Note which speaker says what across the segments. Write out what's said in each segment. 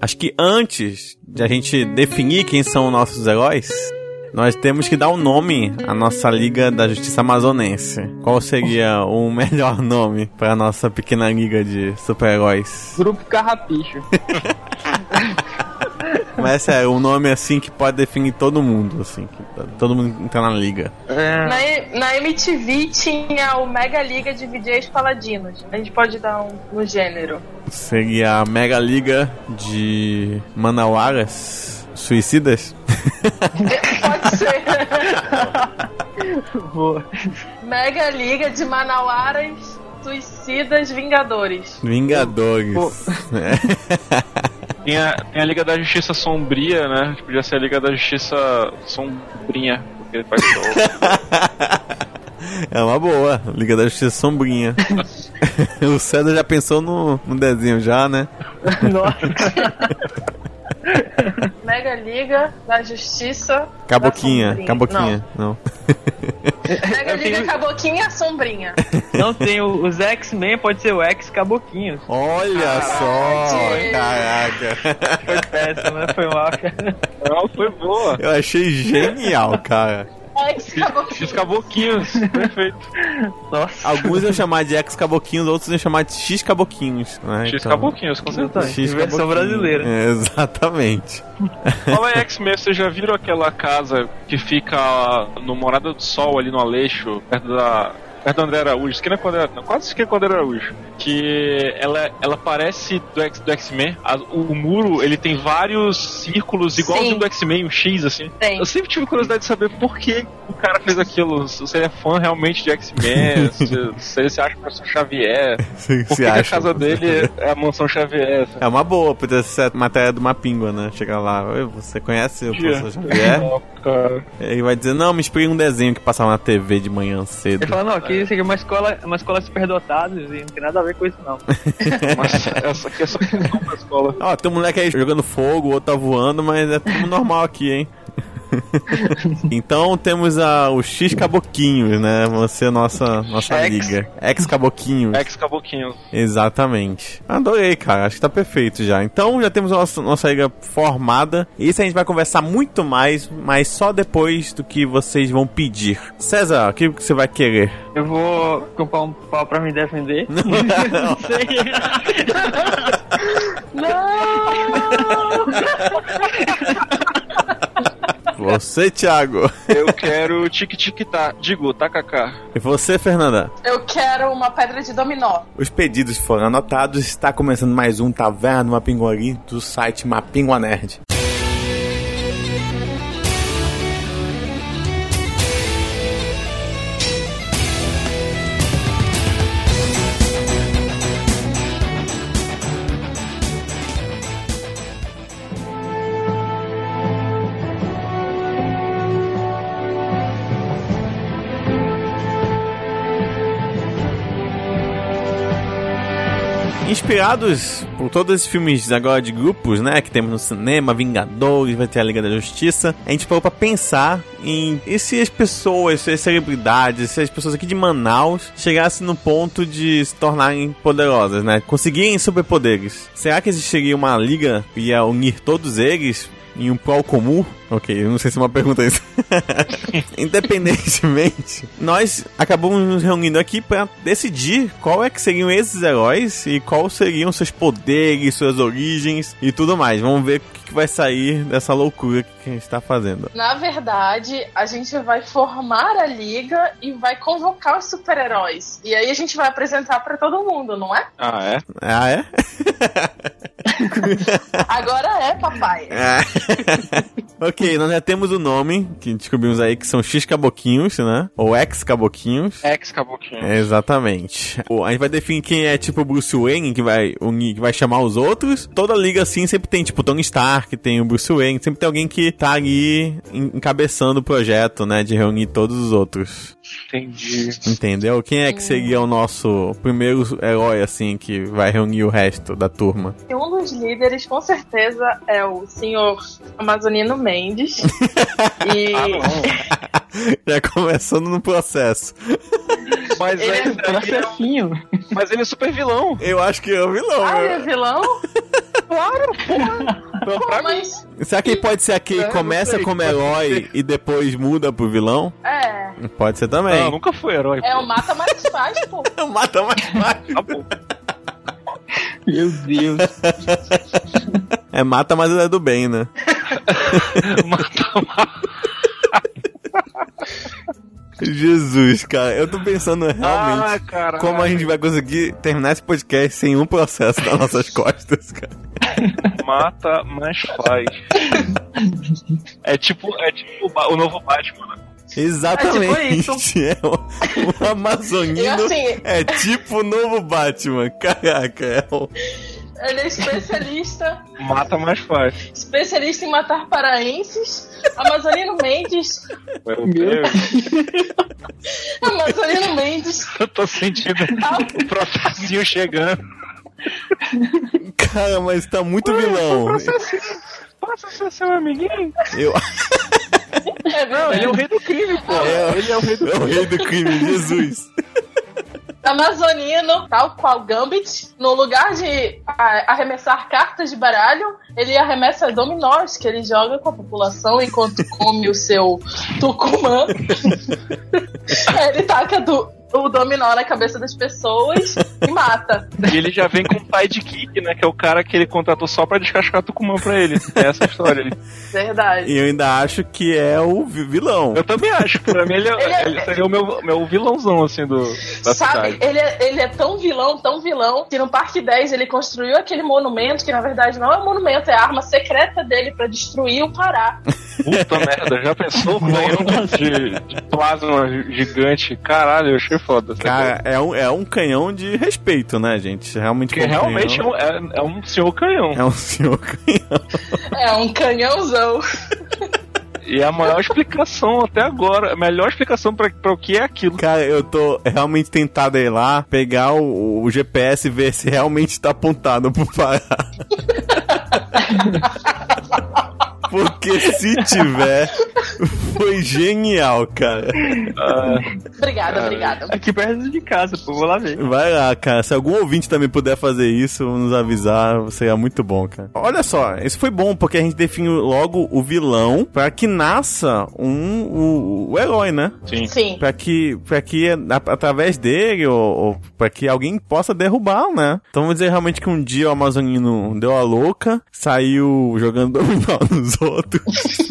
Speaker 1: Acho que antes de a gente definir quem são nossos heróis, nós temos que dar um nome à nossa Liga da Justiça Amazonense. Qual seria o melhor nome para nossa pequena liga de super-heróis?
Speaker 2: Grupo Carrapicho.
Speaker 1: Mas é um nome assim que pode definir todo mundo, assim, que t- todo mundo que tá na liga.
Speaker 2: É.
Speaker 3: Na, E- na MTV tinha o Mega Liga de VJs Paladinos. A gente pode dar um no gênero.
Speaker 1: Seria a Mega Liga de Manauaras Suicidas?
Speaker 3: Pode ser.
Speaker 2: Boa.
Speaker 3: Mega Liga de Manauaras Suicidas Vingadores.
Speaker 1: Vingadores.
Speaker 2: Pô.
Speaker 1: É.
Speaker 4: Tem a, tem a Liga da Justiça Sombria, né? Que podia ser a Liga da Justiça Sombrinha. Porque faz sol.
Speaker 1: É uma boa. Liga da Justiça Sombrinha. o César já pensou no, no desenho já, né?
Speaker 2: Nossa.
Speaker 3: Mega Liga da Justiça. da
Speaker 1: Caboquinha.
Speaker 3: Sombrinha.
Speaker 1: Caboquinha. Não.
Speaker 3: Não. Mega
Speaker 2: Eu tenho-
Speaker 3: Liga Caboquinha Sombrinha.
Speaker 2: Não tem o- os X-Men, pode ser o X-Caboquinhos.
Speaker 1: Olha só. Caraca.
Speaker 2: Foi péssimo, né? Foi mal, cara.
Speaker 4: Não, foi boa.
Speaker 1: Eu achei genial, cara.
Speaker 4: Os
Speaker 3: Ex-Caboquinha.
Speaker 4: caboquinhos, perfeito.
Speaker 2: Nossa.
Speaker 1: Alguns iam chamar de ex-caboquinhos, outros iam chamar de x-caboquinhos. Né?
Speaker 4: X
Speaker 1: Então,
Speaker 4: caboquinhos, com certeza.
Speaker 1: X-caboquinho.
Speaker 2: Versão brasileira.
Speaker 1: É, exatamente.
Speaker 4: Fala aí, X-Men, vocês já viram aquela casa que fica no Morada do Sol, ali no Aleixo, perto da. Perto do André Araújo, esquina com o André, não, quase esquina com o André Araújo. Que ela, ela parece do X- do X-Men. A- O, o muro, ele tem vários círculos igualzinho
Speaker 3: Sim.
Speaker 4: do X-Men, um X assim.
Speaker 3: Tem.
Speaker 4: Eu sempre tive curiosidade de saber por que o cara fez aquilo. Se você é fã realmente de X-Men, se, se ele se acha o professor Xavier,
Speaker 1: Você
Speaker 4: por que, que a casa dele é a mansão Xavier? sabe?
Speaker 1: É uma boa, podia ser a matéria do Mapingua, né? Chegar lá, "Oi, você conhece o professor Xavier?
Speaker 4: Não, cara.
Speaker 1: Ele vai dizer, não, me inspirei um desenho que passava na TV de manhã cedo.
Speaker 2: Ele fala, não, aqui isso aqui é uma escola, uma escola superdotada e não tem nada a ver com isso, não.
Speaker 4: Mas essa aqui é só uma escola.
Speaker 1: Ó, tem um moleque aí jogando fogo, o outro tá voando, mas é tudo normal aqui, hein? então temos a, o X Caboquinhos, né? Você nossa nossa
Speaker 2: Ex.
Speaker 1: liga. Ex Caboquinhos.
Speaker 4: Ex-caboquinho.
Speaker 1: Exatamente. Adorei, cara. Acho que tá perfeito já. Então já temos a nossa, nossa liga formada. Isso a gente vai conversar muito mais, mas só depois do que vocês vão pedir. César, o que que você vai querer?
Speaker 2: Eu vou comprar um pau pra me defender. Não, sei.
Speaker 1: Você, Thiago.
Speaker 4: Eu quero tic-tic-tá. Digo, tacacá.
Speaker 1: E você, Fernanda.
Speaker 3: Eu quero uma pedra de dominó.
Speaker 5: Os pedidos foram anotados. Está começando mais um Taverna Mapinguari do site Mapingua Nerd.
Speaker 1: Inspirados por todos esses filmes agora de grupos, né, que temos no cinema, Vingadores, vai ter a Liga da Justiça, a gente parou pra pensar em e se as pessoas, se as celebridades, se as pessoas aqui de Manaus chegassem no ponto de se tornarem poderosas, né, conseguirem superpoderes. Será que existiria uma liga que ia unir todos eles em um prol comum? Ok, eu não sei se é uma pergunta isso. Independentemente, nós acabamos nos reunindo aqui para decidir qual é que seriam esses heróis e qual seriam seus poderes, suas origens e tudo mais. Vamos ver o que, que vai sair dessa loucura que a gente tá fazendo.
Speaker 3: Na verdade, a gente vai formar a liga e vai convocar os super-heróis. E aí a gente vai apresentar pra todo mundo, não é?
Speaker 4: Ah, é?
Speaker 1: Ah, é?
Speaker 3: Agora é, papai.
Speaker 1: Ah. ok, nós já temos o nome que descobrimos aí que são X Caboquinhos, né? Ou X Caboquinhos.
Speaker 4: Ex-caboquinho.
Speaker 1: É, Exatamente. Pô, A gente vai definir quem é tipo o Bruce Wayne, que vai unir, que vai chamar os outros. Toda liga assim sempre tem, tipo, Tony Stark, tem o Bruce Wayne, sempre tem alguém que tá ali en- encabeçando o projeto, né? De reunir todos os outros.
Speaker 4: Entendi.
Speaker 1: Entendeu? Quem é que seria o nosso primeiro herói, assim, que vai reunir o resto da turma?
Speaker 3: E um dos líderes, com certeza, é o senhor Amazonino Mendes. e
Speaker 4: Ah, não.
Speaker 1: Já começando no processo.
Speaker 4: Mas,
Speaker 3: Ele é
Speaker 4: aí-
Speaker 2: um Processinho.
Speaker 4: mas ele é super vilão.
Speaker 1: Eu acho que é o vilão.
Speaker 3: Ah, ele
Speaker 1: eu-
Speaker 3: é vilão?
Speaker 4: Claro, porra. Então, pra mim,
Speaker 3: Mas,
Speaker 1: Será que ele pode ser aquele que
Speaker 4: É,
Speaker 1: começa
Speaker 4: não sei,
Speaker 1: como
Speaker 4: pode
Speaker 1: herói
Speaker 4: ser.
Speaker 1: e depois muda pro vilão?
Speaker 3: é.
Speaker 1: Pode ser também.
Speaker 4: não, nunca fui herói.
Speaker 3: É
Speaker 4: pô.
Speaker 3: o mata mais faz, pô.
Speaker 1: Mata mais
Speaker 4: Tá bom.
Speaker 2: Meu Deus.
Speaker 1: É mata, mas é do bem, né?
Speaker 4: Mata mal.
Speaker 1: Jesus, cara. Eu tô pensando realmente
Speaker 4: Ah, caralho.
Speaker 1: como é? a gente vai conseguir terminar esse podcast sem um processo nas nossas costas, cara.
Speaker 4: Mata, mas faz. É tipo, é tipo o Ba- o novo Batman, né?
Speaker 1: Exatamente.
Speaker 3: É tipo
Speaker 1: É o, o
Speaker 3: E
Speaker 1: amazonino
Speaker 3: assim,
Speaker 1: é tipo o novo Batman. Caraca, é o...
Speaker 3: ele é especialista
Speaker 4: Mata, mas faz.
Speaker 3: especialista em matar paraenses, Amazonino Mendes,
Speaker 4: Meu Deus,
Speaker 3: Amazonino Mendes,
Speaker 4: eu tô sentindo o processinho chegando.
Speaker 1: Cara, mas tá muito vilão.
Speaker 4: Passa ser seu amiguinho.
Speaker 1: Eu...
Speaker 4: assim. Não, ele é o rei do crime, pô.
Speaker 1: É.
Speaker 4: Ele é o rei do
Speaker 1: É o rei do crime, Jesus.
Speaker 3: Amazonino, tal qual Gambit, no lugar de ah, arremessar cartas de baralho, ele arremessa dominós que ele joga com a população enquanto come o seu Tucumã. ele taca do- o dominó na cabeça das pessoas e mata.
Speaker 4: E ele já vem com o sidekick, né? Que é o cara que ele contratou só pra descascar Tucumã pra ele. É essa a história. Ele-
Speaker 3: Verdade.
Speaker 1: E eu ainda acho que é o vi- vilão.
Speaker 4: Eu também acho. Pra mim, ele, é-
Speaker 3: Ele é-
Speaker 4: ele seria o meu, meu vilãozão, assim, do, da
Speaker 3: Sabe,
Speaker 4: cidade.
Speaker 3: ele é, ele é tão vilão, tão vilão, que no Parque 10 ele construiu aquele monumento, que na verdade não é um monumento, é a arma secreta dele pra destruir o Pará.
Speaker 4: Puta merda, já pensou com um de, de plasma gigante? Caralho, eu achei foda. essa coisa.
Speaker 1: Cara, é um, é um canhão de respeito, né, gente? Realmente
Speaker 4: Porque
Speaker 1: um
Speaker 4: realmente é
Speaker 1: canhão.
Speaker 4: um, é, é um senhor canhão.
Speaker 1: É um senhor canhão.
Speaker 3: É um canhãozão.
Speaker 4: E é a maior explicação até agora, a melhor explicação pra, pra o que é aquilo.
Speaker 1: Cara, eu tô realmente tentado a ir lá, pegar o, o GPS e ver se realmente tá apontado pro Pará. Porque se tiver, foi genial, cara.
Speaker 4: Ah,
Speaker 3: Obrigada,
Speaker 4: Cara,
Speaker 3: obrigada.
Speaker 2: Aqui perto de casa, pô. Vou lá ver.
Speaker 1: Vai lá, cara. Se algum ouvinte também puder fazer isso, nos avisar, seria muito bom, cara. Olha só, isso foi bom, porque a gente definiu logo o vilão pra que nasça um, o, o herói, né?
Speaker 4: sim.
Speaker 3: Sim.
Speaker 1: Pra que, pra que a- através dele, ou, ou pra que alguém possa derrubar, né? Então vamos dizer realmente que um dia o Amazonino deu a louca, saiu jogando dominó nos outros.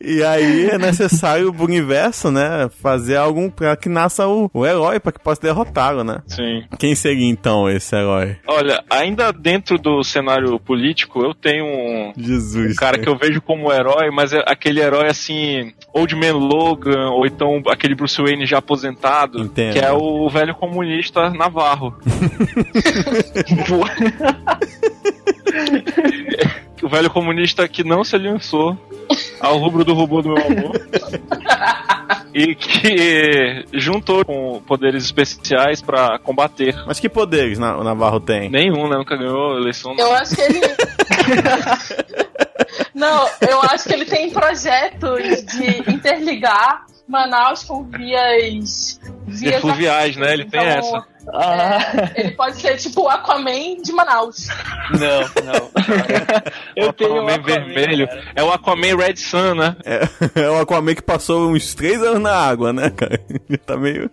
Speaker 1: E aí é necessário pro universo, né? Fazer algo pra que nasça o, o herói, pra que possa derrotá-lo, né?
Speaker 4: Sim.
Speaker 1: Quem seria então esse herói?
Speaker 4: Olha, ainda dentro do cenário político, eu tenho um,
Speaker 1: Jesus.
Speaker 4: um cara que eu vejo como herói, mas é aquele herói assim, Old Man Logan, ou então aquele Bruce Wayne já aposentado,
Speaker 1: Entendo.
Speaker 4: que é o velho comunista Navarro. o velho comunista que não se aliançou ao rubro do robô do meu amor. e que juntou com poderes especiais pra combater
Speaker 1: Mas que poderes na- o Navarro tem?
Speaker 4: Nenhum, né? Nunca ganhou eleição.
Speaker 3: Eu acho que ele. Não, eu acho que ele tem projetos de interligar Manaus com vias.
Speaker 4: De
Speaker 3: vias
Speaker 4: fluviais, né? Ele tem
Speaker 3: Então,
Speaker 4: essa.
Speaker 2: Ah,
Speaker 3: Ele pode ser tipo o Aquaman de Manaus.
Speaker 2: não, não.
Speaker 4: o
Speaker 2: Eu tenho
Speaker 4: Aquaman
Speaker 2: Aquaman,
Speaker 4: vermelho. É o Aquaman Red Sun, né?
Speaker 1: É, é o Aquaman que passou uns três anos na água, né, cara? Ele tá meio.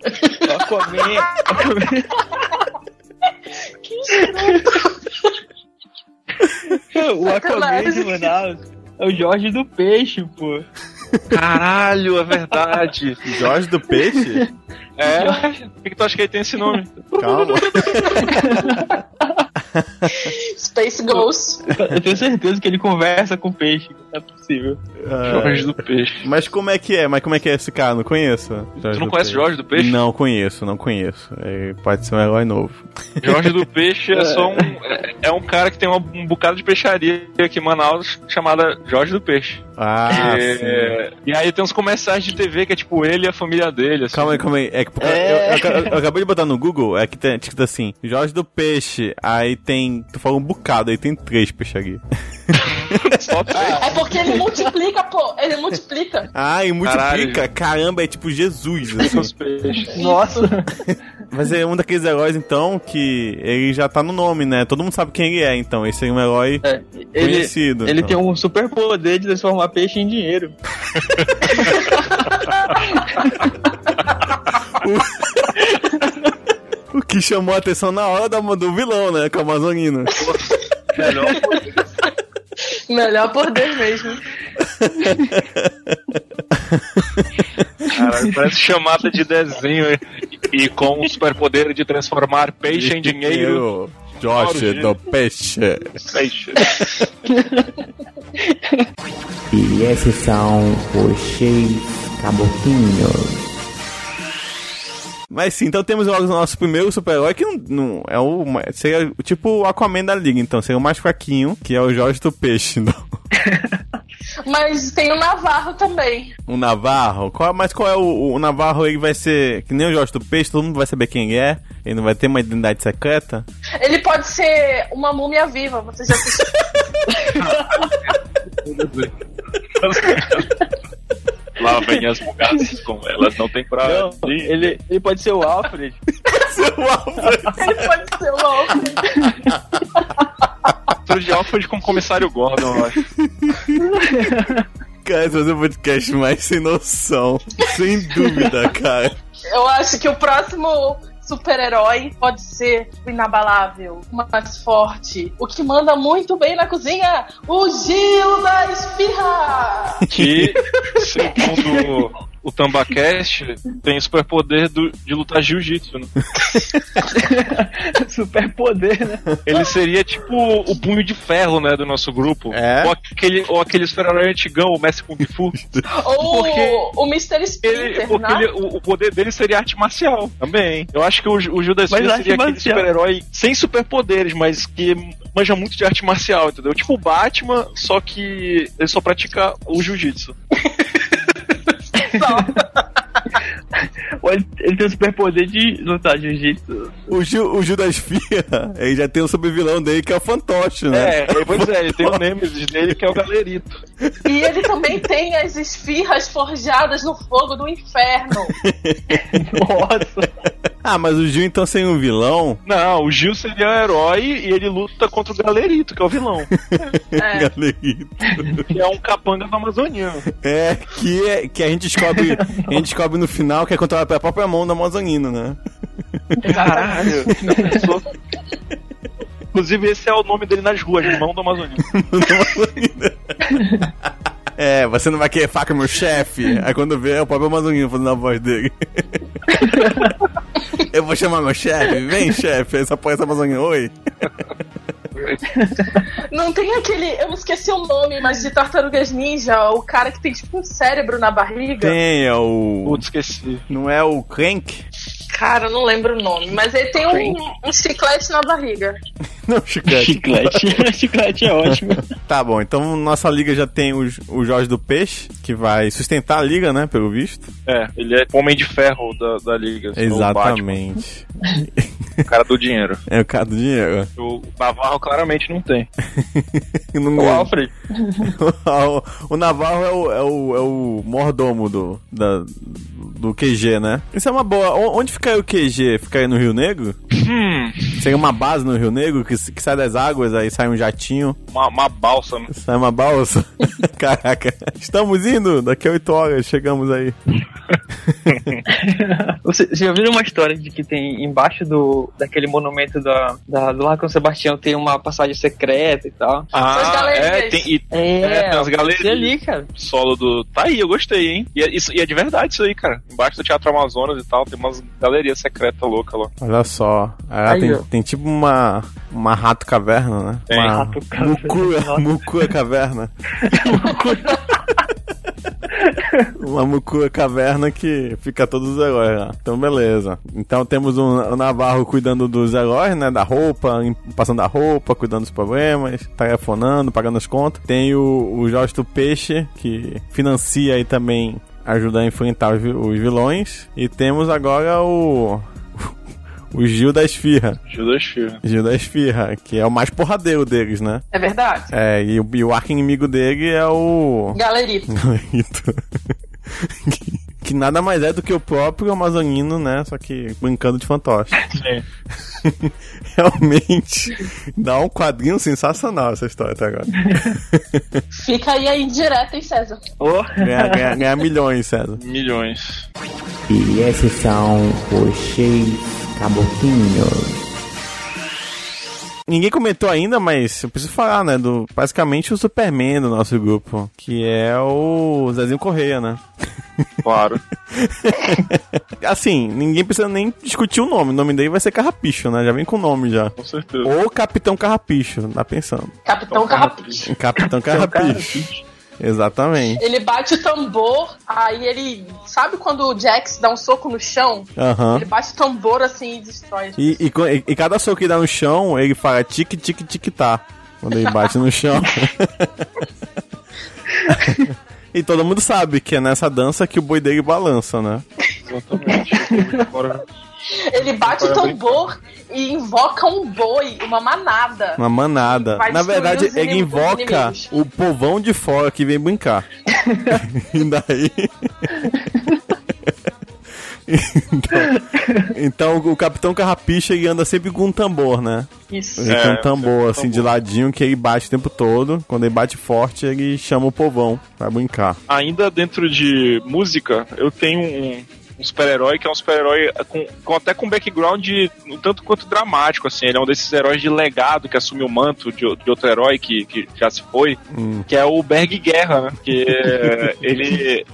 Speaker 2: Aquaman. Aquaman.
Speaker 3: Que escroto.
Speaker 2: O Aquaman de Manaus. É o Jorge do Peixe, pô.
Speaker 4: Caralho, é verdade.
Speaker 1: Jorge do Peixe?
Speaker 4: É. Por que que tu acha que ele tem esse nome?
Speaker 1: Calma.
Speaker 3: Space Ghost.
Speaker 2: Eu tenho certeza que ele conversa com o peixe. Não é possível.
Speaker 4: Jorge do Peixe.
Speaker 1: Ah, Mas como é que é? Mas como é que é esse cara? Não conheço.
Speaker 4: Tu não conhece Jorge do Peixe?
Speaker 1: Não conheço, não conheço. É, pode ser um herói novo.
Speaker 4: Jorge do Peixe é só um. é- É um cara que tem uma- um bocado de peixaria aqui em Manaus chamada Jorge do Peixe.
Speaker 1: Ah, sim.
Speaker 4: É, E aí tem uns comerciais de TV que é tipo ele e a família dele. Assim.
Speaker 1: Calma aí, calma aí. É que porque
Speaker 2: É.
Speaker 1: Eu, eu- eu acabei de botar no Google, é que tem escrito assim, Jorge do Peixe, aí tem. Tu falou um bocado, aí tem três peixaria.
Speaker 4: Só três.
Speaker 3: É porque ele multiplica, pô. Ele multiplica.
Speaker 1: Ah, e multiplica.
Speaker 4: Caralho.
Speaker 1: Caramba, é tipo Jesus, assim.
Speaker 4: Os peixes.
Speaker 2: Nossa.
Speaker 1: Mas ele é um daqueles heróis, então, que ele já tá no nome, né? Todo mundo sabe quem ele é, então. Esse é um herói
Speaker 2: É, ele
Speaker 1: conhecido.
Speaker 2: ele
Speaker 1: então.
Speaker 2: tem um super poder de transformar peixe em dinheiro.
Speaker 1: O que chamou a atenção na hora da- do vilão, né? Com a Amazonina.
Speaker 4: Melhor
Speaker 3: Melhor por Deus mesmo.
Speaker 4: Caralho, parece chamada de desenho e, e com o superpoder de transformar peixe em dinheiro.
Speaker 1: Josh
Speaker 4: Claro,
Speaker 1: do Peixe.
Speaker 4: Peixe.
Speaker 5: E esses são os seis caboquinhos.
Speaker 1: Mas sim, então temos logo o nosso primeiro super-herói, que não, não- é o. ma- Seria o tipo o Aquaman da Liga, então. Seria o mais fraquinho, que é o Jorge do Peixe. Não.
Speaker 3: Mas tem o Navarro também.
Speaker 1: O Navarro. Qual- mas qual é o, o Navarro? Ele vai ser. Que nem o Jorge do Peixe, todo mundo vai saber quem ele é. Ele não vai ter uma identidade secreta.
Speaker 3: Ele pode ser uma múmia viva. Você já assistiu?
Speaker 4: Lá vem as bugadas com elas, não tem pra.
Speaker 2: Não, ele, ele pode ser o Alfred.
Speaker 3: Ele pode ser o Alfred.
Speaker 4: Outro de Alfred com o comissário Gordon, eu acho.
Speaker 1: Cara, esse vai ser o podcast mais sem noção. Sem dúvida, cara.
Speaker 3: Eu acho que o próximo super-herói pode ser o inabalável, o mais forte, o que manda muito bem na cozinha, o Gil da Espirra!
Speaker 4: Que, segundo o Tambacast, tem superpoder do- de lutar jiu-jitsu. né?
Speaker 2: super poder, né?
Speaker 4: Ele seria tipo o punho de ferro, né, do nosso grupo.
Speaker 1: É.
Speaker 4: Ou aquele, ou aquele super-herói antigão, o Messi Kung Fu.
Speaker 3: Ou
Speaker 4: Porque
Speaker 3: o Mr.
Speaker 4: Ele,
Speaker 3: Splinter,
Speaker 4: porque
Speaker 3: né?
Speaker 4: ele- o, o poder dele seria arte marcial também. Eu acho que o, Ju- o Judas
Speaker 2: Mas
Speaker 4: Priest
Speaker 2: arte
Speaker 4: seria aquele
Speaker 2: marcial.
Speaker 4: super-herói sem superpoderes, mas que manja muito de arte marcial, entendeu? Tipo o Batman, só que ele só pratica o jiu-jitsu.
Speaker 2: Ou ele, ele tem o super poder de lutar jiu-jitsu.
Speaker 1: O Gil, o Gil da Esfirra, ele já tem um subvilão dele que é o fantoche, né?
Speaker 4: É, pois é, ele tem o Nemesis dele que é o galerito.
Speaker 3: E ele também tem as esfirras forjadas no fogo do inferno.
Speaker 2: Nossa.
Speaker 1: Ah, mas o Gil então sem um vilão.
Speaker 4: Não, o Gil seria o herói e ele luta contra o galerito, que é o vilão.
Speaker 3: É.
Speaker 1: Galerito.
Speaker 4: que é um capanga da Amazônia.
Speaker 1: É, que, é- que a gente descobre. a gente descobre no final que é controlado pela própria mão da Amazonina, né?
Speaker 4: Caralho, já pensou? Inclusive, esse é o nome dele nas ruas, Mão do Amazônia.
Speaker 1: É, você não vai querer faca, meu chefe. Aí quando vê, é o próprio Amazonino fazendo a voz dele. Eu vou chamar meu chefe, vem chefe, aí só põe essa Amazonina, oi.
Speaker 3: Não tem aquele. Eu me esqueci o nome, mas de Tartarugas Ninja, o cara que tem tipo um cérebro na barriga.
Speaker 1: Tem, é o.
Speaker 4: Putz, esqueci.
Speaker 1: Não é o Crank?
Speaker 3: Cara, eu não lembro o nome, mas ele tem um, um chiclete na barriga.
Speaker 1: Não, Chiclete.
Speaker 2: Chiclete. Chiclete é ótimo.
Speaker 1: Tá bom, então nossa liga já tem o, o Jorge do Peixe, que vai sustentar a liga, né? Pelo visto.
Speaker 4: É, ele é o homem de ferro da, da liga. assim,
Speaker 1: Exatamente.
Speaker 4: O, Batman, o cara do dinheiro.
Speaker 1: É o cara do dinheiro.
Speaker 4: O Navarro claramente não tem.
Speaker 1: Eu não
Speaker 4: O
Speaker 1: lembro.
Speaker 4: Alfred.
Speaker 1: o, o Navarro é o, é o, é o mordomo do, da- do QG, né? Isso é uma boa. O- onde ficaria o QG? Ficaria no Rio Negro?
Speaker 4: Hum,
Speaker 1: Seria uma base no Rio Negro que, se- que sai das águas, aí sai um jatinho,
Speaker 4: uma, uma balsa. né?
Speaker 1: sai uma balsa. Caraca. Estamos indo, daqui a 8 horas chegamos aí.
Speaker 2: Você, vocês já viram uma história de que tem embaixo do, daquele monumento da, da- do Largo São Sebastião tem uma passagem secreta e tal?
Speaker 3: As
Speaker 4: Ah,
Speaker 3: galerias.
Speaker 4: é, tem, e
Speaker 2: É,
Speaker 4: tem as galerias.
Speaker 2: tem ali, cara.
Speaker 4: solo do. Tá aí, eu gostei, hein? E é, isso, e é de verdade isso aí, cara. Embaixo do Teatro Amazonas e tal, tem umas galerias secretas loucas lá.
Speaker 1: Olha só. Ah,
Speaker 2: Aí,
Speaker 1: tem,
Speaker 2: ó.
Speaker 1: tem tipo uma, uma rato caverna, né?
Speaker 4: Tem.
Speaker 1: Uma
Speaker 2: Rato caverna.
Speaker 1: Mucura, mucura é, caverna. Uma mucura caverna que fica todos os heróis lá. Então, beleza. Então, temos um, o Navarro cuidando dos heróis, né? Da roupa, em- passando a roupa, cuidando dos problemas, telefonando, pagando as contas. Tem o, o Jorge do Peixe, que financia e também ajuda a enfrentar os, vi- os vilões. E temos agora o. O Gil da Esfirra.
Speaker 4: Judas Fear.
Speaker 1: Gil da Esfirra, que é o mais porradeiro deles, né?
Speaker 3: É verdade.
Speaker 1: É, e, o- e o arco inimigo dele é o.
Speaker 3: Galerito.
Speaker 1: Galerito. que, que nada mais é do que o próprio Amazonino, né? Só que brincando de fantoche.
Speaker 4: Sim.
Speaker 1: Realmente dá um quadrinho sensacional essa história até agora.
Speaker 3: Fica aí a indireta, hein, César?
Speaker 4: Oh.
Speaker 1: Ganhar, ganhar- ganhar milhões, César.
Speaker 4: Milhões.
Speaker 6: E esses são os X Caboquinhos.
Speaker 1: Ninguém comentou ainda, mas eu preciso falar, né? Do, basicamente o Superman do nosso grupo, que é o Zezinho Correia, né?
Speaker 4: Claro.
Speaker 1: Assim, ninguém precisa nem discutir o nome. O nome dele vai ser Carrapicho, né? Já vem com o nome já.
Speaker 4: Com certeza.
Speaker 1: Ou Capitão Carrapicho, tá pensando.
Speaker 3: Capitão Carrapicho.
Speaker 1: Capitão Carrapicho. Exatamente.
Speaker 3: Ele bate o tambor, aí ele. Sabe quando o Jax dá um soco no chão?
Speaker 1: Aham.
Speaker 3: Ele bate o tambor assim e destrói. as
Speaker 1: E, e co- e- e cada soco que dá no chão, ele fala tique, tique, tique, tá. Quando ele bate no chão. e todo mundo sabe que é nessa dança que o boi dele balança, né?
Speaker 4: Exatamente. Eu vou de fora.
Speaker 3: Ele bate o
Speaker 4: Para
Speaker 3: tambor e invoca um boi, uma manada.
Speaker 1: Uma manada.
Speaker 3: Vai
Speaker 1: Na
Speaker 3: destruir
Speaker 1: verdade,
Speaker 3: os
Speaker 1: ele
Speaker 3: inimigos-
Speaker 1: invoca
Speaker 3: os inimigos.
Speaker 1: o povão de fora que vem brincar. e daí. então, então, o Capitão Carrapicho ele anda sempre com um tambor, né?
Speaker 3: Isso.
Speaker 1: Ele tem
Speaker 4: É,
Speaker 1: um tambor,
Speaker 4: tem um
Speaker 1: assim, de ladinho que ele bate o tempo todo. Quando ele bate forte, ele chama o povão pra brincar.
Speaker 4: Ainda dentro de música, eu tenho um, um super-herói que é um super-herói com, com- até com background um tanto quanto dramático, assim. Ele é um desses heróis de legado que assume o manto de, o- de outro herói que, que já se foi,
Speaker 1: Hum.
Speaker 4: que é o Berg Guerra, né? Que é, ele.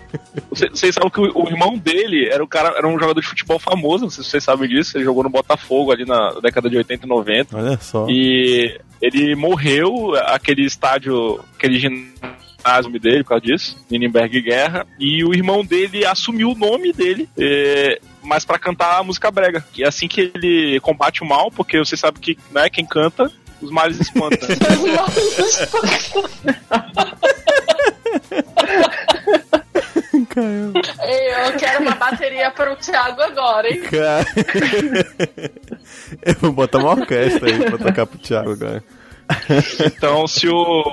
Speaker 4: Vocês vocês sabem que o, o irmão dele era, o cara, era um jogador de futebol famoso, não sei se vocês sabem disso. Ele jogou no Botafogo ali na década de 80 e 90.
Speaker 1: Olha só.
Speaker 4: E ele morreu, aquele estádio, aquele ginásio dele por causa disso, Nirenberg Guerra. E o irmão dele assumiu o nome dele, eh, mas pra cantar a música brega. E é assim que ele combate o mal, porque você sabe que né, quem canta, os males espanta.
Speaker 3: Ei, Eu quero uma bateria para o Thiago agora, hein?
Speaker 1: Cara. Eu vou botar uma orquestra aí pra tocar pro Thiago agora.
Speaker 4: então, se o.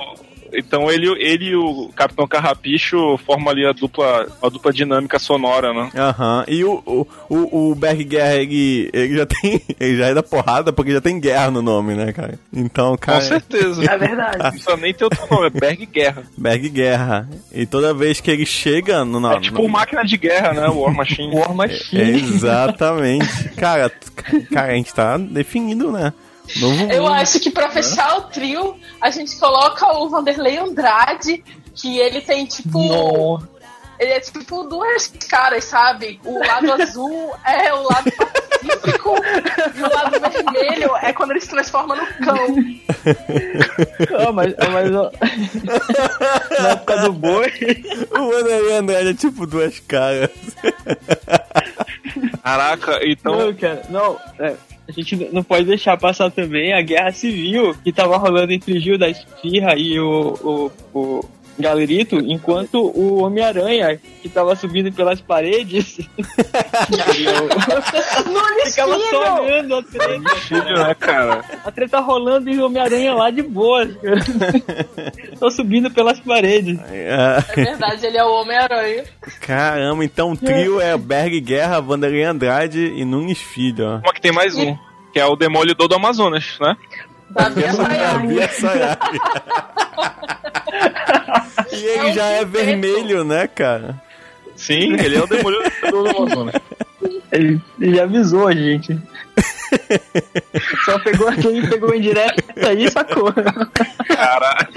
Speaker 4: Então ele, ele e o Capitão Carrapicho formam ali a dupla, a dupla dinâmica sonora, né?
Speaker 1: Aham, e o, o, o, o Berg Guerra, ele, ele já tem. Ele já é da porrada porque já tem guerra no nome, né, cara? Então,
Speaker 4: Com
Speaker 1: cara,
Speaker 4: certeza.
Speaker 3: É verdade.
Speaker 4: Não precisa nem ter outro nome, é Berg Guerra.
Speaker 1: Berg Guerra. E toda vez que ele chega no né? É,
Speaker 4: é tipo máquina de guerra, né? War Machine.
Speaker 2: War Machine.
Speaker 1: Exatamente. cara, c- cara, a gente tá definindo, né? Novo mundo.
Speaker 3: Eu acho que pra fechar o trio, a gente coloca o Vanderlei Andrade, que ele tem tipo.
Speaker 2: No.
Speaker 3: Ele é tipo duas caras, sabe? O lado azul é o lado pacífico e o lado vermelho é quando ele se transforma no cão.
Speaker 2: Ah, mas, ah, mas ó, na época do boi,
Speaker 1: O André Andrade é tipo duas caras.
Speaker 4: Caraca, então.
Speaker 2: não, cara, não, é, a gente não pode deixar passar também a guerra civil que tava rolando entre Gil da Espirra e o, o, o Galerito, enquanto o Homem-Aranha, que tava subindo pelas paredes,
Speaker 3: Nunes
Speaker 2: ficava só
Speaker 3: Filho!
Speaker 2: olhando a treta,
Speaker 4: Filho, né, cara?
Speaker 2: a treta rolando e o Homem-Aranha lá de boa, cara. Tô subindo pelas paredes.
Speaker 1: É,
Speaker 3: É verdade, ele é o Homem-Aranha.
Speaker 1: Caramba, então o trio é Berg Guerra, Vanderlei Andrade e Nunes Filho, ó.
Speaker 4: Uma que tem mais um, que é o Demolidor do Amazonas, né?
Speaker 3: Davi Sayang.
Speaker 1: Bia Sayag. e ele
Speaker 3: É um
Speaker 1: já é
Speaker 3: quinteto.
Speaker 1: vermelho, né, cara?
Speaker 4: Sim, ele é o Demolidor do Amazonas.
Speaker 2: Ele já avisou a gente. Só pegou aquele, pegou em direto aí e sacou.
Speaker 4: Cara,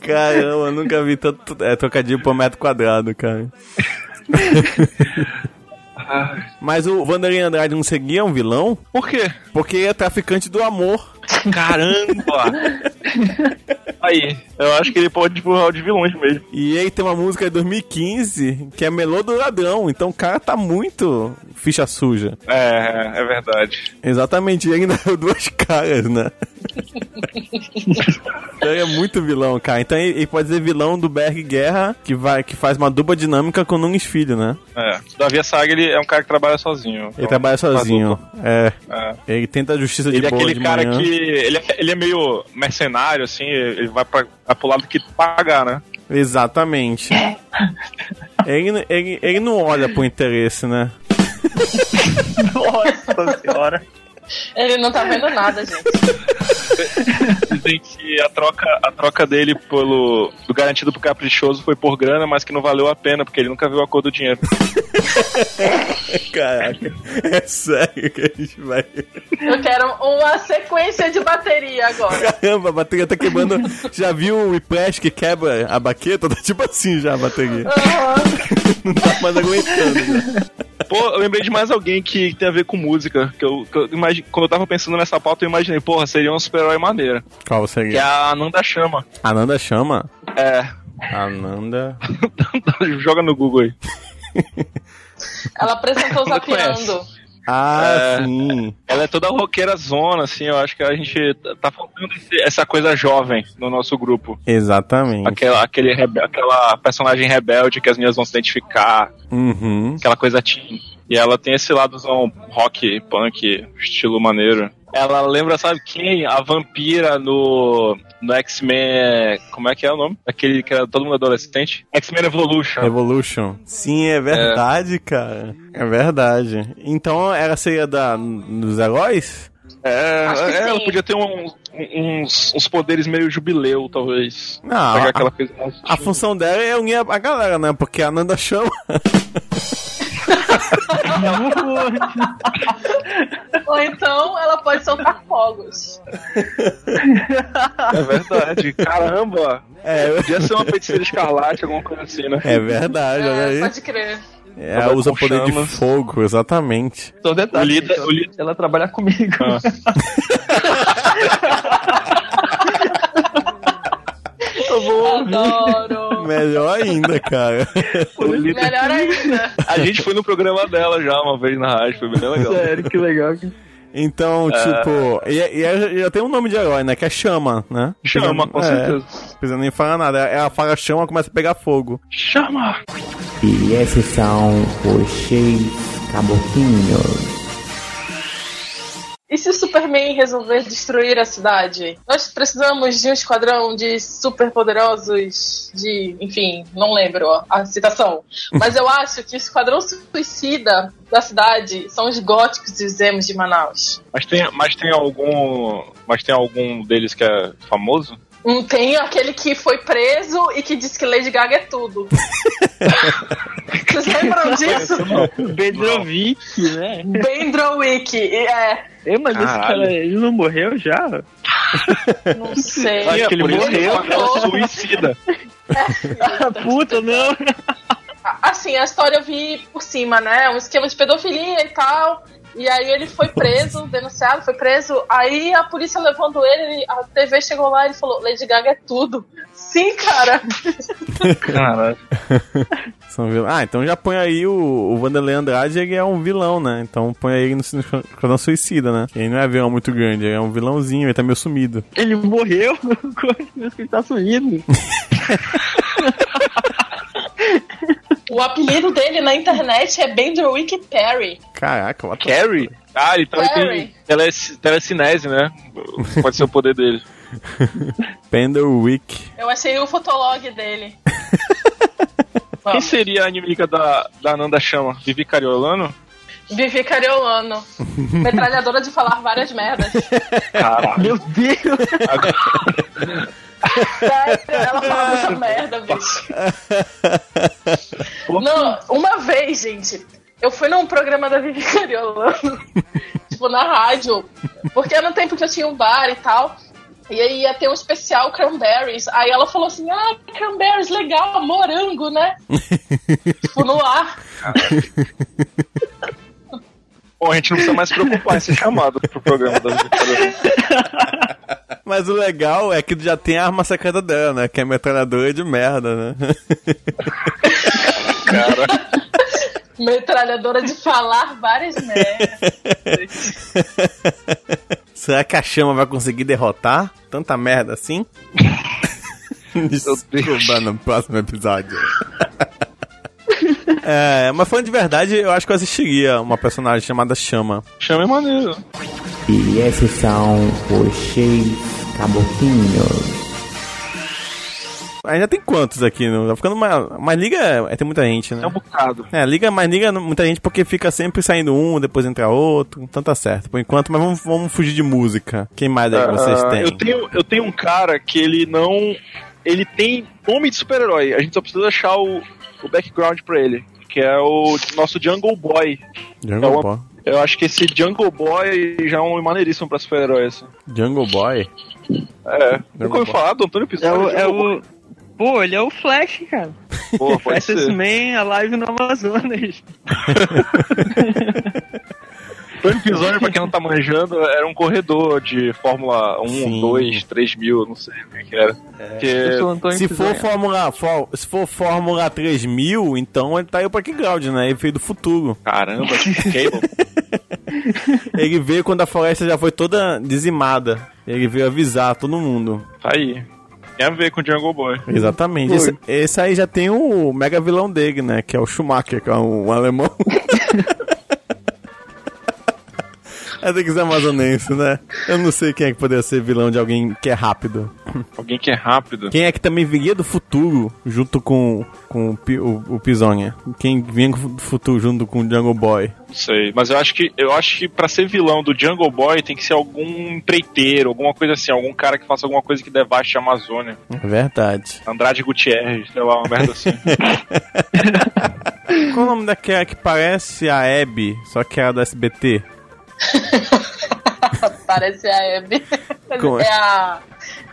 Speaker 1: Caramba, eu nunca vi tanto é, trocadilho por metro quadrado, cara. Mas o Vanderlei Andrade não seguia um vilão?
Speaker 4: por quê?
Speaker 1: Porque ele é traficante do amor.
Speaker 4: Caramba! Aí, eu acho que ele pode ir pro hall de vilões mesmo.
Speaker 1: E ele tem uma música de 2015 que é Melô do Ladrão. Então o cara tá muito ficha suja.
Speaker 4: É, é verdade.
Speaker 1: Exatamente, e ainda deu duas caras, é né? Então ele é muito vilão, cara. Então ele ele pode ser vilão do Berg Guerra, que, vai, que faz uma dupla dinâmica com o Nunes Filho, né?
Speaker 4: É. Davi Saga, ele é um cara que trabalha sozinho.
Speaker 1: Ele trabalha sozinho. É.
Speaker 4: É.
Speaker 1: Ele tenta a justiça de
Speaker 4: Ele é
Speaker 1: boa
Speaker 4: aquele
Speaker 1: de
Speaker 4: cara
Speaker 1: manhã.
Speaker 4: que. Ele é, ele é meio mercenário, assim, ele vai pra, vai pro lado que pagar, né?
Speaker 1: Exatamente.
Speaker 4: É.
Speaker 1: ele, ele, ele não olha pro interesse, né?
Speaker 4: Nossa senhora.
Speaker 3: Ele não tá vendo nada, gente.
Speaker 4: Dizem que a troca, a troca dele pelo. do garantido pro caprichoso foi por grana, mas que não valeu a pena, porque ele nunca viu a cor do dinheiro.
Speaker 1: Caraca, é sério que a gente vai.
Speaker 3: Eu quero uma sequência de bateria agora.
Speaker 1: Caramba, a bateria tá queimando. Já viu o Whiplash que quebra a baqueta? Tá tipo assim já a bateria. Não tá mais aguentando. né?
Speaker 4: Pô, eu lembrei de mais alguém que tem a ver com música. Que eu, que eu imagi- quando eu tava pensando nessa pauta, eu imaginei, porra, seria um super-herói maneira.
Speaker 1: Qual
Speaker 4: Que é
Speaker 1: seria?
Speaker 4: a Ananda Chama.
Speaker 1: Ananda chama?
Speaker 4: É.
Speaker 1: Ananda.
Speaker 4: Joga no Google aí.
Speaker 3: Ela apresentou
Speaker 4: Não conhece.
Speaker 3: zapeando.
Speaker 1: Ah,
Speaker 4: É.
Speaker 1: sim.
Speaker 4: Ela é toda roqueira zona, assim, eu acho que a gente tá- tá faltando esse- essa coisa jovem no nosso grupo.
Speaker 1: Exatamente.
Speaker 4: Aquela, aquele rebe- aquela personagem rebelde que as meninas vão se identificar,
Speaker 1: Uhum.
Speaker 4: aquela coisa teen. E ela tem esse ladozão rock, punk, estilo maneiro. Ela lembra, sabe quem? A vampira no, no X-Men. Como é que é o nome? Aquele que era todo mundo adolescente? X-Men Evolution.
Speaker 1: Evolution. Sim, é verdade, cara. É verdade. Então ela seria da, dos heróis?
Speaker 4: É,
Speaker 3: Acho que
Speaker 4: é, ela
Speaker 3: sim.
Speaker 4: podia ter um- um- uns, uns poderes meio jubileu, talvez.
Speaker 1: Não,
Speaker 4: Pegar
Speaker 1: a-
Speaker 4: aquela coisa mais
Speaker 1: A função dela é unir a a galera, né? Porque a Ananda chama.
Speaker 3: Ou então ela pode soltar fogos.
Speaker 4: É verdade, caramba!
Speaker 1: É,
Speaker 4: Podia ser uma feiticeira escarlate, alguma coisa assim, né?
Speaker 1: é verdade, olha
Speaker 3: É,
Speaker 1: aí.
Speaker 3: pode crer.
Speaker 1: Ela É, usa o
Speaker 4: com
Speaker 1: poder de
Speaker 4: chamas.
Speaker 1: fogo, exatamente.
Speaker 2: Só um detalhe,
Speaker 4: O líder-
Speaker 2: gente,
Speaker 4: o líder-
Speaker 2: ela trabalha comigo.
Speaker 4: Ah,
Speaker 2: Eu vou ouvir.
Speaker 3: Adoro.
Speaker 1: Melhor ainda, cara.
Speaker 4: O líder-
Speaker 3: Melhor ainda.
Speaker 4: A gente foi no programa dela já uma vez na rádio, foi bem legal.
Speaker 2: Sério, É, que legal.
Speaker 1: Então,
Speaker 4: É.
Speaker 1: tipo. E, e ela já tem um nome de herói, né? Que é Chama, né? Precisa-
Speaker 4: Chama, com
Speaker 1: é,
Speaker 4: certeza.
Speaker 1: Precisa nem falar nada. Ela- Ela fala chama, começa a pegar fogo.
Speaker 4: Chama!
Speaker 6: E esses são os seis caboquinhos.
Speaker 3: E se o Superman resolver destruir a cidade? Nós precisamos de um esquadrão de superpoderosos de, enfim, não lembro a citação. Mas eu acho que o esquadrão suicida da cidade são os góticos e os emos de Manaus.
Speaker 4: Mas tem, mas tem algum. Mas tem algum deles que é famoso?
Speaker 3: Não Um tem aquele que foi preso e que disse que Lady Gaga é tudo. Vocês lembram disso?
Speaker 2: Pedrovic, né?
Speaker 3: Bendrowick, é,
Speaker 2: Ei, mas esse
Speaker 4: Caralho.
Speaker 2: cara, ele não morreu já?
Speaker 3: não sei.
Speaker 4: Acho que ele
Speaker 2: por isso
Speaker 4: morreu,
Speaker 3: ele falou.
Speaker 4: é um suicida.
Speaker 2: Ah, puta, não.
Speaker 3: A- assim, a história eu vi por cima, né? Um esquema de pedofilia e tal. E aí ele foi preso, denunciado, foi preso. Aí a polícia levando ele, ele- a TV chegou lá e ele falou: Lady Gaga é tudo. Sim, cara.
Speaker 4: Caralho.
Speaker 1: São vil- Ah, então já põe aí o, o Vanderlei Andrade, ele é um vilão, né? Então põe aí ele no no Esquadrão Suicida, né? Ele não é vilão muito grande, ele é um vilãozinho, ele tá meio sumido.
Speaker 2: Ele morreu? Coisa que ele tá sumindo.
Speaker 3: O apelido dele na internet é Bendrowick Perry.
Speaker 1: Caraca, what the-
Speaker 4: Carrie? Ah, então ele tem
Speaker 3: Carrie.
Speaker 4: tele- telecinese, né? Pode ser o poder dele. É.
Speaker 1: Penderwick.
Speaker 3: Eu achei o fotolog dele.
Speaker 4: Quem seria a inimiga da, da Nanda Chama? Vivi Cariolano?
Speaker 3: Vivi Cariolano. Metralhadora de falar várias merdas.
Speaker 4: Caralho.
Speaker 2: Meu Deus!
Speaker 4: Agora-
Speaker 3: Sério, ela fala muita merda, bicho. Não, uma vez, gente, eu fui num programa da Vivi Cariolano, tipo, na rádio, porque era no tempo que eu tinha um bar e tal. E aí ia ter um especial cranberries. Aí ela falou assim: Ah, cranberries, legal, morango, né? tipo, no ar.
Speaker 4: Bom, a gente não precisa mais se preocupar em ser chamado pro programa da Vivi Cariolano.
Speaker 1: Mas o legal é que já tem a arma secreta dela, né? Que é a metralhadora de merda, né?
Speaker 4: Cara,
Speaker 3: Metralhadora de falar várias merdas.
Speaker 1: Será que a chama vai conseguir derrotar tanta merda assim? Desculpa no próximo episódio. é, mas falando de verdade, eu acho que eu assistiria uma personagem chamada Chama.
Speaker 4: Chama é maneiro.
Speaker 6: E esses são os X Caboquinhos.
Speaker 1: Ainda tem quantos aqui? Não? Tá ficando uma, uma liga. é, Tem muita gente, né?
Speaker 4: É um bocado.
Speaker 1: É, liga, mas liga não- muita gente porque fica sempre saindo um, depois entra outro. Então tá certo, por enquanto, mas vamos, vamos fugir de música. Quem mais é que vocês
Speaker 4: Ah,
Speaker 1: têm?
Speaker 4: Eu tenho, eu tenho um cara que ele não. Ele tem nome de super-herói. A gente só precisa achar o, o background pra ele. Que é o nosso Jungle Boy.
Speaker 1: Jungle
Speaker 4: eu-
Speaker 1: Boy.
Speaker 4: Eu acho que esse Jungle Boy já é um maneiríssimo pra super-herói, assim.
Speaker 1: Jungle Boy?
Speaker 4: É.
Speaker 1: Jungle
Speaker 4: Nunca ouviu
Speaker 1: Boy.
Speaker 4: falar do Antônio
Speaker 2: É
Speaker 4: Pizarro?
Speaker 2: o, é o. Pô, ele é o Flash, cara.
Speaker 4: Pô, pode
Speaker 2: Flash
Speaker 4: ser.
Speaker 2: Man, a live no Amazonas.
Speaker 4: Tony Pizzoni, pra quem não tá manjando, era um corredor de Fórmula 1,
Speaker 1: Sim. É.
Speaker 4: 2, 3 mil, não sei o que que era.
Speaker 2: Eu
Speaker 4: Que
Speaker 2: sou o Antônio
Speaker 1: Se for,
Speaker 2: Pisanha.
Speaker 1: Fórmula, for- se for Fórmula 3000, então ele tá aí o background, né? Ele veio do futuro.
Speaker 4: Caramba, Cable.
Speaker 1: Ele veio quando a floresta já foi toda dizimada. Ele veio avisar todo mundo.
Speaker 4: Tá aí. Tem a ver com o Jungle Boy.
Speaker 1: Exatamente. Esse, esse aí já tem o mega vilão dele, né? Que é o Schumacher, que é um, alemão. Essa que é amazonense, né? Eu não sei quem é que poderia ser vilão de alguém que é rápido.
Speaker 4: Alguém que é rápido.
Speaker 1: Quem é que também viria do futuro junto com, com o, Pi- o, o Pisonha? Quem vinha do futuro junto com o Jungle Boy?
Speaker 4: Não sei. Mas eu acho que eu acho que pra ser vilão do Jungle Boy tem que ser algum empreiteiro, alguma coisa assim, algum cara que faça alguma coisa que devaste a Amazônia.
Speaker 1: É verdade.
Speaker 4: Andrade Gutierrez, sei lá, uma merda assim.
Speaker 1: Qual o nome daquela que parece a Abby, só que é a do SBT?
Speaker 3: Parece a Abby.
Speaker 1: Como é?
Speaker 3: É a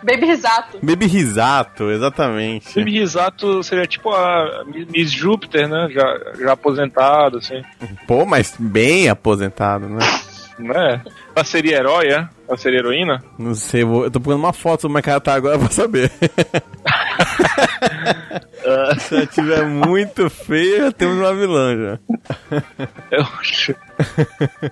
Speaker 3: Baby Risato.
Speaker 1: Baby Risato, exatamente.
Speaker 4: Jimmy Risato seria tipo a Miss Júpiter, né? Já, já aposentado, assim.
Speaker 1: Pô, mas bem aposentado, né?
Speaker 4: Né? Ela seria herói, é? Ela seria heroína?
Speaker 1: Não sei, eu vou- eu tô procurando uma foto como é que ela tá agora pra saber. Se ela tiver muito feia, já temos uma vilã já.
Speaker 4: Eu acho.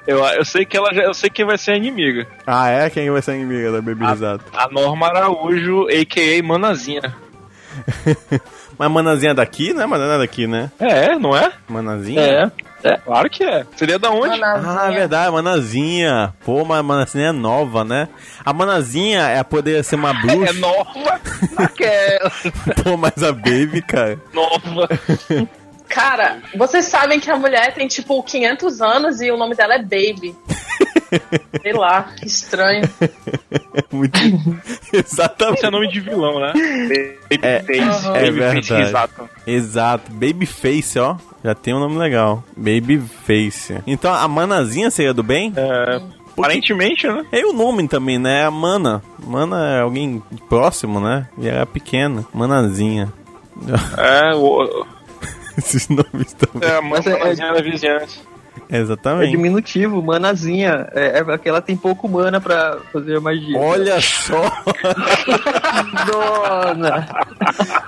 Speaker 4: eu, eu sei que ela já, eu sei quem vai ser a inimiga.
Speaker 1: Ah, é? Quem vai ser a inimiga da Baby Risato?
Speaker 4: A Norma Araújo, a.k.a. Manazinha.
Speaker 1: Mas manazinha é daqui, né? Mas não é daqui, né?
Speaker 4: É, não é?
Speaker 1: Manazinha?
Speaker 4: É. É, claro que é. Seria da onde?
Speaker 1: Ah, é verdade, Manazinha. Pô, mas a Manazinha é nova, né? A Manazinha é poderia ser uma
Speaker 4: É
Speaker 1: bruxa.
Speaker 4: Norma. Naquela.
Speaker 1: Pô, mas a Baby, cara.
Speaker 4: Norma.
Speaker 3: Cara, vocês sabem que a mulher tem tipo 500 anos e o nome dela é Baby. Sei lá, que estranho.
Speaker 1: é Muito. Exatamente.
Speaker 4: Esse é nome de vilão, né? Babyface.
Speaker 3: Aham.
Speaker 1: É
Speaker 4: Babyface
Speaker 1: verdade.
Speaker 4: Risato.
Speaker 1: Exato. Babyface, ó. Já tem um nome legal. Babyface. Então a Manazinha seria do bem?
Speaker 4: É, aparentemente, né?
Speaker 1: É. E o nome também, né? A Mana. Mana é alguém próximo, né? E ela é pequena. Manazinha.
Speaker 4: É, o,
Speaker 1: Esses nomes também.
Speaker 4: é a mãe
Speaker 2: Mas é-
Speaker 4: Manazinha da vizinhança.
Speaker 2: É
Speaker 1: Exatamente.
Speaker 2: diminutivo, manazinha. É, é porque ela tem pouco mana pra fazer magia.
Speaker 1: Olha só.
Speaker 2: Dona!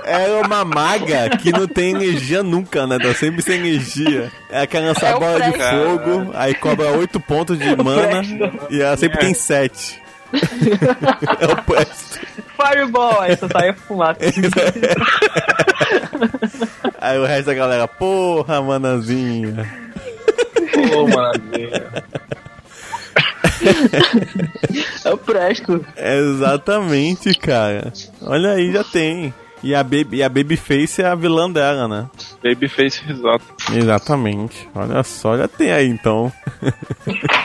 Speaker 1: É uma maga que não tem energia nunca, né? Tá sempre sem energia. Ela quer lançar
Speaker 3: É o É
Speaker 1: bola de
Speaker 3: Presto.
Speaker 1: fogo, aí cobra 8 pontos de mana e ela sempre tem 7. é o Presto.
Speaker 2: Fireball! Essa saia fumada.
Speaker 1: Aí o resto da galera, porra, manazinha.
Speaker 4: Ô, Manazinha.
Speaker 2: Eu presto.
Speaker 1: Exatamente, cara. Olha aí, já tem. E a, baby, e a Babyface é a vilã dela, né?
Speaker 4: Babyface Risato.
Speaker 1: Exatamente. Olha só, já tem aí então.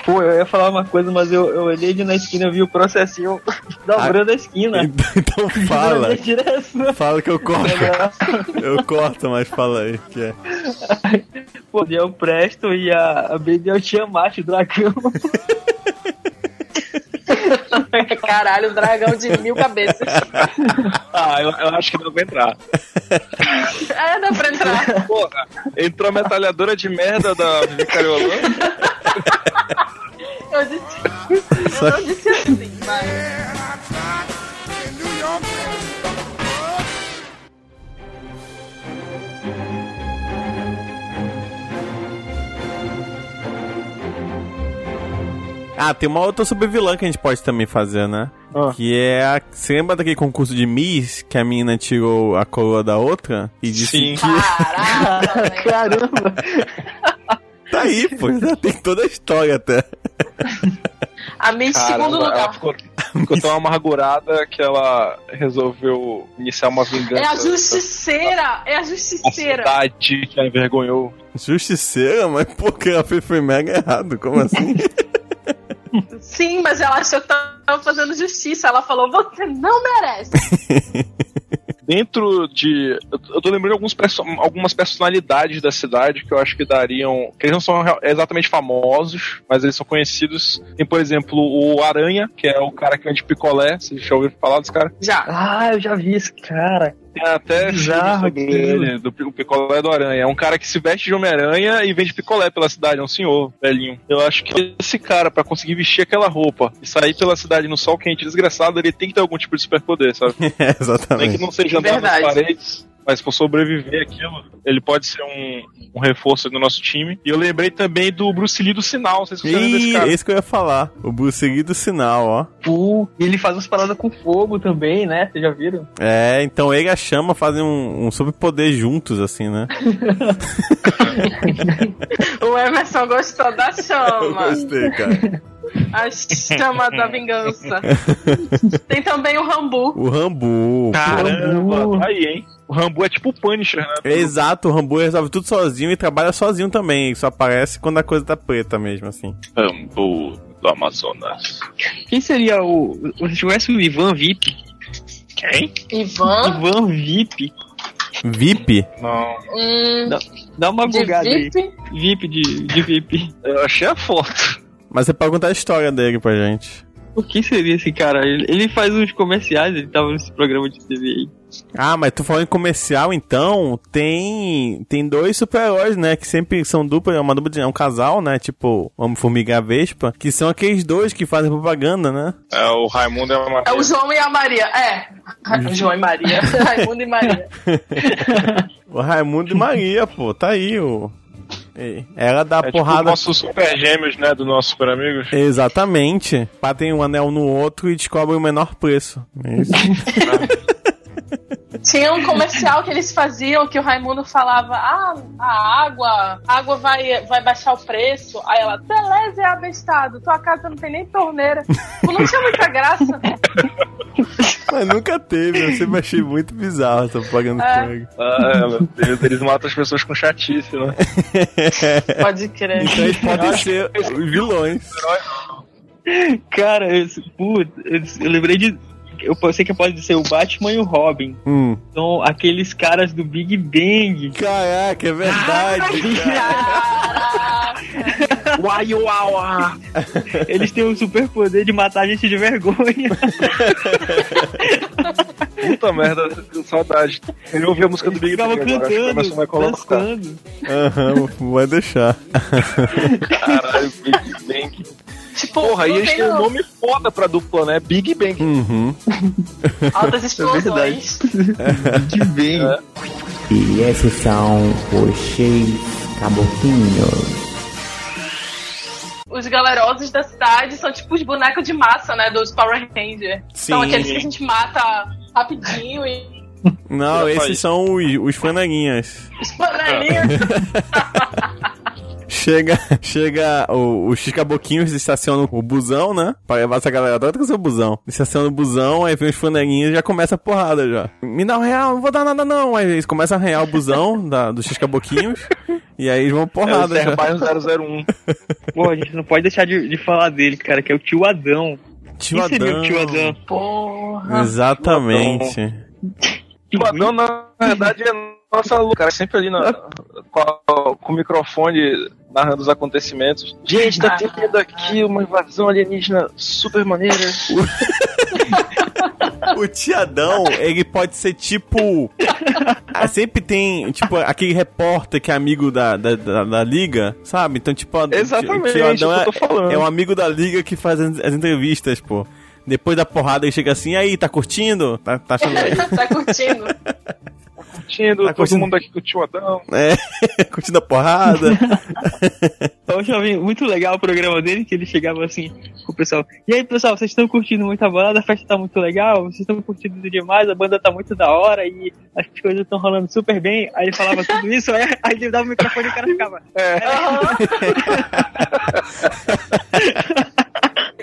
Speaker 2: Pô, eu ia falar uma coisa, mas eu, eu olhei de na esquina e vi o processinho dobrando a esquina.
Speaker 1: Então
Speaker 2: Na
Speaker 1: fala.
Speaker 2: direção.
Speaker 1: Fala que eu corto. Eu corto, mas fala aí que é.
Speaker 2: Pô, eu presto e a, a Baby é o Tiamat, o dragão.
Speaker 3: Caralho, um dragão de mil cabeças.
Speaker 4: Ah, eu, eu acho que não vou entrar.
Speaker 3: É, dá pra entrar.
Speaker 4: Porra, entrou a metralhadora de merda da Vicariolan.
Speaker 3: Eu disse, eu não disse assim, mas.
Speaker 1: Ah, tem uma outra sobrevilã que a gente pode também fazer, né?
Speaker 4: Ah.
Speaker 1: Que é a. Você lembra daquele concurso de Miss que a menina tirou a coroa da outra? E disse
Speaker 4: Sim.
Speaker 1: que.
Speaker 3: Caraca, velho.
Speaker 2: Caramba!
Speaker 1: Tá aí, pô. já Tem toda a história até.
Speaker 3: A Miss segundo
Speaker 4: ela
Speaker 3: lugar.
Speaker 4: ficou, ficou tão amargurada que ela resolveu iniciar uma vingança.
Speaker 3: É a justiceira! É a
Speaker 4: A
Speaker 3: justiceira!
Speaker 4: cidade que a envergonhou.
Speaker 1: Justiceira, mas pô, que ela fez foi mega errado. Como assim?
Speaker 3: Sim, mas ela achou que tava fazendo justiça. Ela falou: você não merece.
Speaker 4: Dentro de. eu- Eu tô lembrando alguns perso- algumas personalidades da cidade que eu acho que dariam. Que eles não são real- exatamente famosos, mas eles são conhecidos. Tem, por exemplo, o Aranha, que é o cara que anda de picolé. Vocês já ouviram falar desse cara?
Speaker 3: Já.
Speaker 2: Ah, eu já vi esse cara.
Speaker 4: Tem até
Speaker 2: Bizarro
Speaker 4: filme sobre
Speaker 2: aquilo.
Speaker 4: ele, do pi- o picolé do Aranha. É um cara que se veste de Homem-Aranha e vende picolé pela cidade, é um senhor velhinho. Eu acho que esse cara, pra conseguir vestir aquela roupa e sair pela cidade no sol quente desgraçado, ele tem que ter algum tipo de superpoder, sabe?
Speaker 1: é,
Speaker 4: Nem
Speaker 1: exatamente.
Speaker 4: que não seja andar
Speaker 3: Verdade.
Speaker 4: nas paredes. Mas por sobreviver aquilo, ele pode ser um, um reforço do nosso time. E eu lembrei também do Bruce Lee do Sinal, não sei se você lembra desse
Speaker 1: Ih,
Speaker 4: cara.
Speaker 1: esse que eu ia falar. O Bruce do sinal, ó.
Speaker 2: Pô, e ele faz umas paradas com fogo também, né? Vocês já viram?
Speaker 1: É, então ele e a chama fazem um, um superpoder juntos, assim, né?
Speaker 3: O Emerson gostou da chama.
Speaker 1: gostei, cara.
Speaker 3: A chama da vingança. Tem também o Rambu.
Speaker 1: O Rambo.
Speaker 4: Caramba,
Speaker 2: Rambo.
Speaker 4: tá aí, hein? O Rambo é tipo o Punisher, né?
Speaker 1: Exato, o Rambo resolve tudo sozinho e trabalha sozinho também. Só aparece quando a coisa tá preta mesmo, assim.
Speaker 4: Rambo do Amazonas.
Speaker 2: Quem seria o. Você conhece o Ivan VIP? Quem?
Speaker 3: Ivan.
Speaker 2: Ivan VIP.
Speaker 1: VIP?
Speaker 4: Não,
Speaker 3: Hum,
Speaker 2: Dá uma
Speaker 3: de
Speaker 2: bugada aí.
Speaker 3: VIP.
Speaker 2: VIP de, de VIP.
Speaker 4: eu achei a foto.
Speaker 1: Mas você pode contar a história dele pra gente.
Speaker 2: O que seria esse cara? Ele, ele faz uns comerciais, ele tava nesse programa de TV aí.
Speaker 1: Ah, mas tu falando em comercial, então, tem tem dois super-heróis, né? Que sempre são dupla, é uma dupla, de- é um casal, né? Tipo, Homem-Formiga e a Vespa, que são aqueles dois que fazem propaganda, né?
Speaker 4: É, o Raimundo é uma.
Speaker 3: É o João e a Maria. É. João e Maria. Raimundo e Maria.
Speaker 1: O Raimundo e Maria, pô, tá aí o... Ei, Ela dá
Speaker 4: é tipo
Speaker 1: porrada...
Speaker 4: o nosso super gêmeos, né? Do nosso super amigos.
Speaker 1: Exatamente. Batem um anel no outro e descobrem o menor preço. É isso.
Speaker 3: Tinha um comercial que eles faziam que o Raimundo falava: Ah, a água, a água vai, vai baixar o preço. Aí ela, beleza, é abestado, tua casa não tem nem torneira. Tipo, não tinha muita graça.
Speaker 1: Mas nunca teve, eu sempre achei muito bizarro essa propaganda
Speaker 3: É.
Speaker 1: com ele.
Speaker 4: Ah, meu Deus, eles matam as pessoas com chatice, né?
Speaker 3: Pode crer.
Speaker 1: Então eles podem ser os vilões.
Speaker 2: Cara, eu, puta, eu, eu lembrei de. Eu pensei que pode ser o Batman e o Robin.
Speaker 1: Hum.
Speaker 2: São aqueles caras do Big Bang.
Speaker 1: Caraca, é verdade. cara.
Speaker 3: Caraca.
Speaker 2: Uai, uau, uau. Eles têm o superpoder de matar a gente de vergonha.
Speaker 4: Puta merda, saudade. Eu ouvi a música do Big Bang.
Speaker 2: Ficava
Speaker 4: agora, acho que o
Speaker 2: cantando,
Speaker 4: Emerson vai colocar.
Speaker 2: dançando.
Speaker 1: Aham, vai deixar.
Speaker 4: Caralho, Big Bang.
Speaker 3: Tipo,
Speaker 4: Porra,
Speaker 3: não
Speaker 4: e eles
Speaker 3: tem
Speaker 4: têm um
Speaker 3: não.
Speaker 4: nome foda pra dupla, né? Big Bang.
Speaker 1: Uhum.
Speaker 3: altas explosões.
Speaker 2: Que bem.
Speaker 6: E esses são os seis caboquinhos.
Speaker 3: os galerosos da cidade são tipo os bonecos de massa, né? Dos Power Rangers. São
Speaker 1: Sim.
Speaker 3: aqueles que a gente mata rapidinho e
Speaker 1: Não,
Speaker 4: Já
Speaker 1: esses
Speaker 4: faz.
Speaker 1: são os, os fanaguinhas.
Speaker 3: os panelinhos.
Speaker 1: Chega, chega o, os caboquinhos estacionam o busão, né? Pra levar essa galera toda com seu busão. Estaciona o busão, aí vem os fanaguinhas e já começa a porrada já. Me dá um real, não vou dar nada não. Aí eles começam a arranhar o busão da, dos caboquinhos. e aí eles vão
Speaker 4: É o
Speaker 1: porrada já.
Speaker 4: Zerbaio 001.
Speaker 2: Pô, a gente não pode deixar de, de falar dele, cara, que é o tio Adão.
Speaker 1: Tio
Speaker 2: Quem seria
Speaker 1: Adão.
Speaker 2: o tio Adão?
Speaker 3: Porra.
Speaker 1: Exatamente.
Speaker 4: O Adão, na verdade, é nossa louca. Cara, sempre ali na-
Speaker 1: Ah.
Speaker 4: com, a- com o microfone narrando os acontecimentos. Gente,
Speaker 3: Ah.
Speaker 4: tá tendo aqui uma invasão alienígena super maneira.
Speaker 1: O tiadão, ele pode ser tipo. Ah, sempre tem, tipo, aquele repórter que é amigo da, da, da, da liga, sabe? Então, tipo, a-
Speaker 4: Exatamente,
Speaker 1: o tiadão
Speaker 4: é o que eu tô falando.
Speaker 1: é, é um amigo da liga que faz as, as entrevistas, pô. Depois da porrada ele chega assim, "E aí, tá curtindo? Tá, tá achando.
Speaker 3: tá curtindo?
Speaker 4: curtindo,
Speaker 1: Tá
Speaker 4: todo
Speaker 1: curtindo.
Speaker 4: mundo aqui curtiu o Adão.
Speaker 1: É, curtindo a porrada.
Speaker 2: Então, Eu achava muito legal o programa dele, que ele chegava assim com o pessoal. E aí, pessoal, vocês estão curtindo muito a balada, a festa tá muito legal, vocês estão curtindo demais, a banda tá muito da hora e as coisas estão rolando super bem. Aí ele falava tudo isso, aí, aí ele dava o microfone e o cara ficava.
Speaker 3: Aham.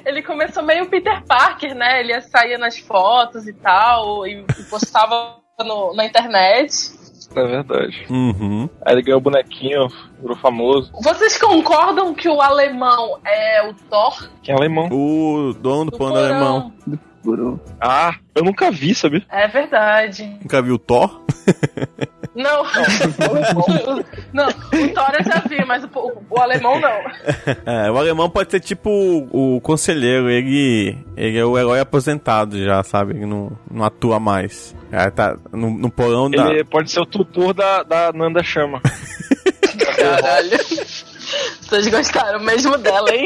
Speaker 3: Ele começou meio Peter Parker, né? Ele saía nas fotos e tal, e e postava no- na internet.
Speaker 4: É verdade.
Speaker 1: uhum.
Speaker 4: Aí ele ganhou o bonequinho, virou famoso.
Speaker 3: Vocês concordam que o alemão é o Thor
Speaker 4: Que é alemão.
Speaker 1: O dono do
Speaker 3: do
Speaker 1: pano
Speaker 3: porão?
Speaker 1: alemão.
Speaker 4: Ah, eu nunca vi, sabe?
Speaker 3: É verdade.
Speaker 1: Nunca viu o Thor?
Speaker 3: Não. não, o Thor eu já vi, mas o, po- o alemão não.
Speaker 1: É, o alemão pode ser tipo o, o conselheiro. Ele, ele é o herói aposentado já, sabe? Ele não, não atua mais. É, tá no, no porão da.
Speaker 4: Ele é- pode ser o tutor da, da Nanda Chama.
Speaker 3: Caralho. Vocês gostaram mesmo dela, hein?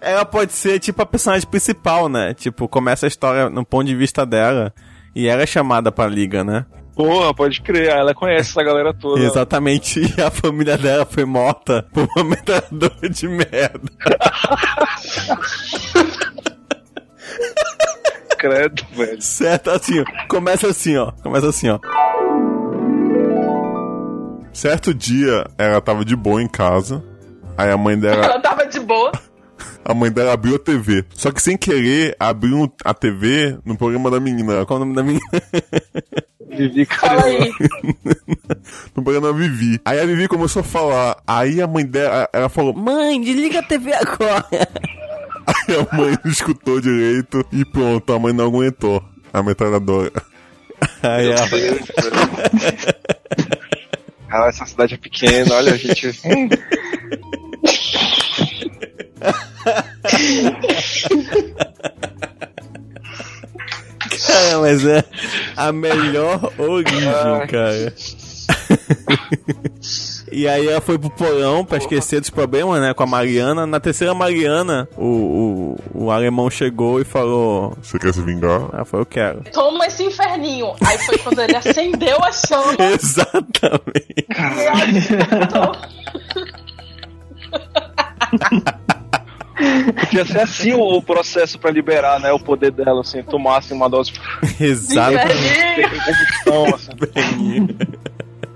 Speaker 1: Ela pode ser tipo a personagem principal, né? Tipo, começa a história no ponto de vista dela. E ela é chamada pra liga, né?
Speaker 4: Porra, pode crer, ela conhece essa galera toda.
Speaker 1: Exatamente. E a família dela foi morta por uma metralhadora de merda.
Speaker 4: Credo, velho.
Speaker 1: Certo, assim, ó. Começa assim, ó. Começa assim, ó.
Speaker 7: Certo dia, ela tava de boa em casa. Aí a mãe dela
Speaker 3: Ela tava de boa.
Speaker 7: A mãe dela abriu a TV. Só que sem querer, abriu a TV no programa da menina.
Speaker 1: Qual o nome da menina?
Speaker 4: Vivi
Speaker 3: Fala aí.
Speaker 7: No programa da Vivi. Aí a Vivi começou a falar. Aí a mãe dela, ela falou, mãe, desliga a TV agora. Aí a mãe não escutou direito e pronto, a mãe não aguentou. A metralhadora.
Speaker 1: Aí, ó.
Speaker 4: Ah, essa cidade é pequena, olha, a gente.
Speaker 1: Cara, mas é a melhor origem,
Speaker 4: Ai.
Speaker 1: cara. E aí ela foi pro porão pra esquecer dos problemas, né, com a Mariana. Na terceira Mariana, o, o, o alemão chegou e falou...
Speaker 7: Você quer se vingar?
Speaker 1: Ah, foi, eu quero.
Speaker 3: Toma esse inferninho. Aí foi quando ele acendeu a chama
Speaker 1: Exatamente.
Speaker 3: e ela despertou.
Speaker 4: Podia ser assim o processo pra liberar, né? O poder dela, assim, tomasse uma dose de
Speaker 7: Tá
Speaker 1: Exatamente.
Speaker 3: Inferninho.
Speaker 4: combustão, assim.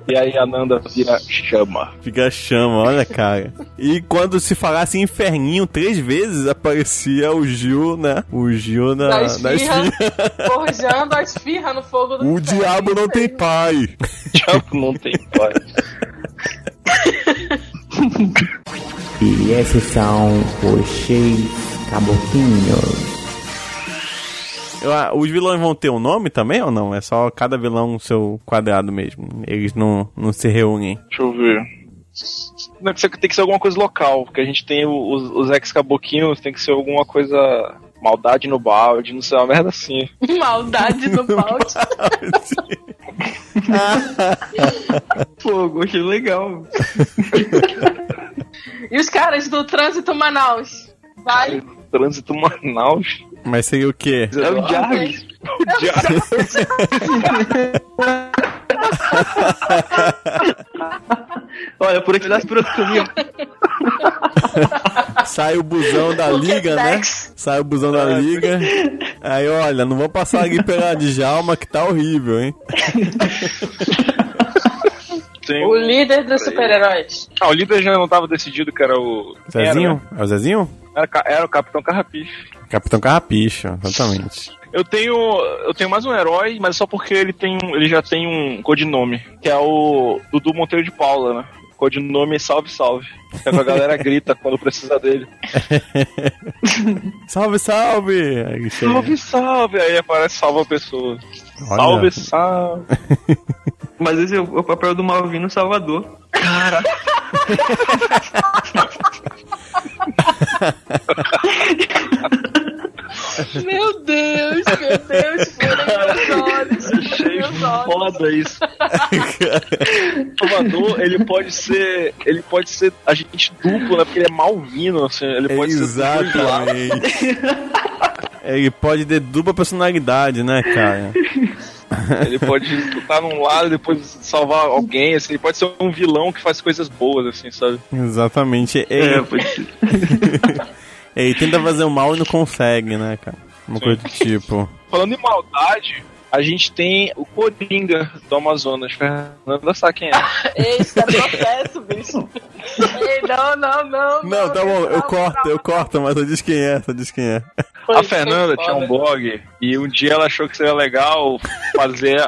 Speaker 4: E aí a Nanda vira chama.
Speaker 1: Fica a chama, olha, cara. E quando se falasse inferninho três vezes, aparecia o Gil, né? O Gil na,
Speaker 3: Da
Speaker 1: na
Speaker 3: esfirra,
Speaker 1: esfirra.
Speaker 3: forjando a esfirra no fogo do
Speaker 7: O
Speaker 3: inferno.
Speaker 7: diabo não tem pai.
Speaker 4: Diabo não tem pai.
Speaker 6: E esses são os seis caboquinhos.
Speaker 1: Eu- ah, Os vilões vão ter um nome também ou não? É só cada vilão no seu quadrado mesmo. Eles não, não se reúnem.
Speaker 4: Deixa eu ver. Não, tem que ser- tem que ser alguma coisa local, porque a gente tem o- os, os ex-caboquinhos, tem que ser alguma coisa. Maldade no balde, não sei, uma merda assim.
Speaker 3: Maldade no balde.
Speaker 2: Pô, gostei legal.
Speaker 3: E os caras do trânsito Manaus. Vai.
Speaker 4: Trânsito Manaus.
Speaker 1: Mas seria o quê?
Speaker 4: É o Jarvis.
Speaker 3: Jarvis.
Speaker 4: O Jarvis.
Speaker 2: Olha, por aqui das produções.
Speaker 1: Sai o busão da
Speaker 3: O
Speaker 1: liga, né?
Speaker 3: Kentex.
Speaker 1: Sai o busão da liga. Aí, olha, não vou passar aqui pela Djalma que tá horrível, hein?
Speaker 4: Tem
Speaker 3: O líder dos super-heróis.
Speaker 4: Ah, o líder já não tava decidido que era o. quem era, né?
Speaker 1: Zezinho? É o Zezinho?
Speaker 4: Era, ca- era o Capitão Carrapicho.
Speaker 1: Capitão Carrapicho, exatamente.
Speaker 4: Eu tenho. Eu tenho mais um herói, mas só porque ele tem um- ele já tem um codinome, que é o Dudu Monteiro de Paula, né? Codinome Salve Salve. Que é que a galera grita quando precisa dele.
Speaker 1: Salve, salve! Aí chega.
Speaker 4: Salve, salve! Aí aparece salva a pessoa.
Speaker 1: Olha.
Speaker 4: Salve, salve!
Speaker 2: Mas esse é o o papel do Malvin no Salvador.
Speaker 3: Meu Deus, meu Deus, furem meus olhos, furem
Speaker 4: Achei um
Speaker 3: meus olhos.
Speaker 4: foda isso. Salvador, ele pode ser. Ele pode ser agente duplo, né? Porque ele é malvino, assim. Ele pode ser. duplo de lado.
Speaker 1: Exatamente. Ele pode ter dupla personalidade, né, cara?
Speaker 4: Ele pode lutar num lado e depois salvar alguém, assim. Ele pode ser um vilão que faz coisas boas, assim, sabe?
Speaker 1: Exatamente. Ele,
Speaker 4: pode ser. É.
Speaker 1: ele tenta fazer o mal e não consegue, né, cara? Uma coisa do tipo.
Speaker 4: Falando em maldade, a gente tem o Coringa do Amazonas, Fernando sabe quem é.
Speaker 3: Ei, isso é processo, bicho. Ei, não, não, não.
Speaker 5: Não, tá bom, eu corto, eu corto, mas eu diz quem é, só diz quem é.
Speaker 3: Foi-
Speaker 4: A Fernanda
Speaker 3: foi
Speaker 4: tinha
Speaker 3: foda.
Speaker 4: um blog e um dia ela achou que seria legal fazer.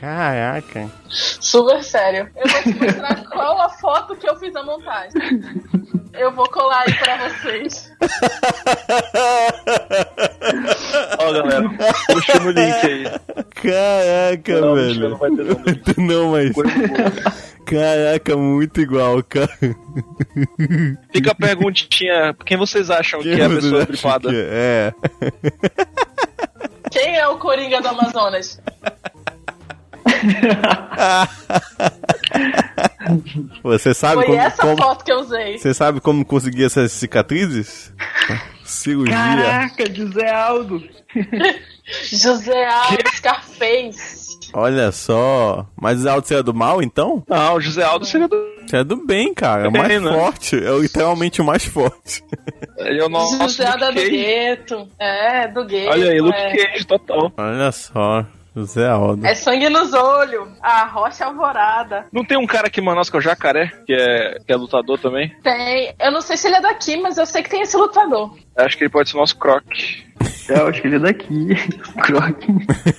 Speaker 1: Caraca.
Speaker 3: Super sério. Eu vou te mostrar qual a foto que eu fiz a montagem. Eu vou colar aí pra vocês.
Speaker 4: Ó, galera, puxa no link aí.
Speaker 1: Caraca,
Speaker 4: Não, bicho,
Speaker 1: velho.
Speaker 4: não vai ter nome.
Speaker 1: Não, mas.
Speaker 4: Coisa boa.
Speaker 1: Caraca, muito igual, cara.
Speaker 4: Fica a perguntinha: quem vocês acham que é a
Speaker 1: vocês
Speaker 4: pessoa
Speaker 1: acham
Speaker 4: gripada?
Speaker 1: que É.
Speaker 3: Quem é o Coringa do Amazonas?
Speaker 1: Você sabe
Speaker 3: Foi
Speaker 1: como,
Speaker 3: essa
Speaker 1: como-
Speaker 3: foto que eu usei.
Speaker 1: Você sabe como conseguir essas cicatrizes? Cirurgia.
Speaker 2: Caraca, José Aldo.
Speaker 3: José Alves Carfez.
Speaker 1: Olha só. Mas a você é do mal, então?
Speaker 4: Não, o José Aldo seria do...
Speaker 1: Você é do bem, cara. É o mais
Speaker 4: É, né?
Speaker 1: forte. É literalmente o mais forte.
Speaker 4: Ele é o nosso
Speaker 3: José
Speaker 4: Luke
Speaker 3: Aldo é do
Speaker 4: Cage.
Speaker 3: gueto. É, do gueto.
Speaker 4: Olha aí, Luke
Speaker 3: é.
Speaker 4: Cage total.
Speaker 1: Olha só. José Aldo.
Speaker 3: é sangue nos olhos. A rocha alvorada.
Speaker 4: Não tem um cara aqui em Manaus que é o Jacaré, que é, que é lutador também?
Speaker 3: Tem. Eu não sei se ele é daqui, mas eu sei que tem esse lutador.
Speaker 4: Acho que ele pode ser o nosso Croc.
Speaker 2: Eu acho que ele é daqui. Croc.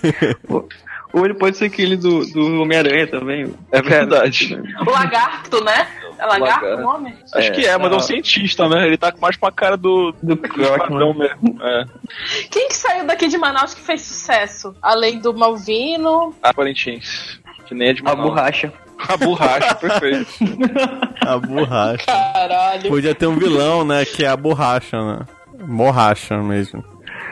Speaker 2: Ou- Ou ele pode ser aquele do, do Homem-Aranha também.
Speaker 4: É verdade.
Speaker 3: O lagarto, né? É lagarto o nome?
Speaker 4: Acho que é, mas é um
Speaker 2: não.
Speaker 4: cientista, né? Ele tá com mais pra cara do,
Speaker 2: Do Croc, né?
Speaker 4: Esquadrão
Speaker 2: mano.
Speaker 4: mesmo. É,
Speaker 3: Quem que saiu daqui de Manaus que fez sucesso? Além do Malvino.
Speaker 4: aparentemente. Que nem é de
Speaker 2: A
Speaker 4: Manaus.
Speaker 2: borracha.
Speaker 4: A borracha, perfeito.
Speaker 1: A borracha.
Speaker 3: Caralho.
Speaker 1: Podia ter um vilão, né? Que é a borracha, né? Borracha mesmo.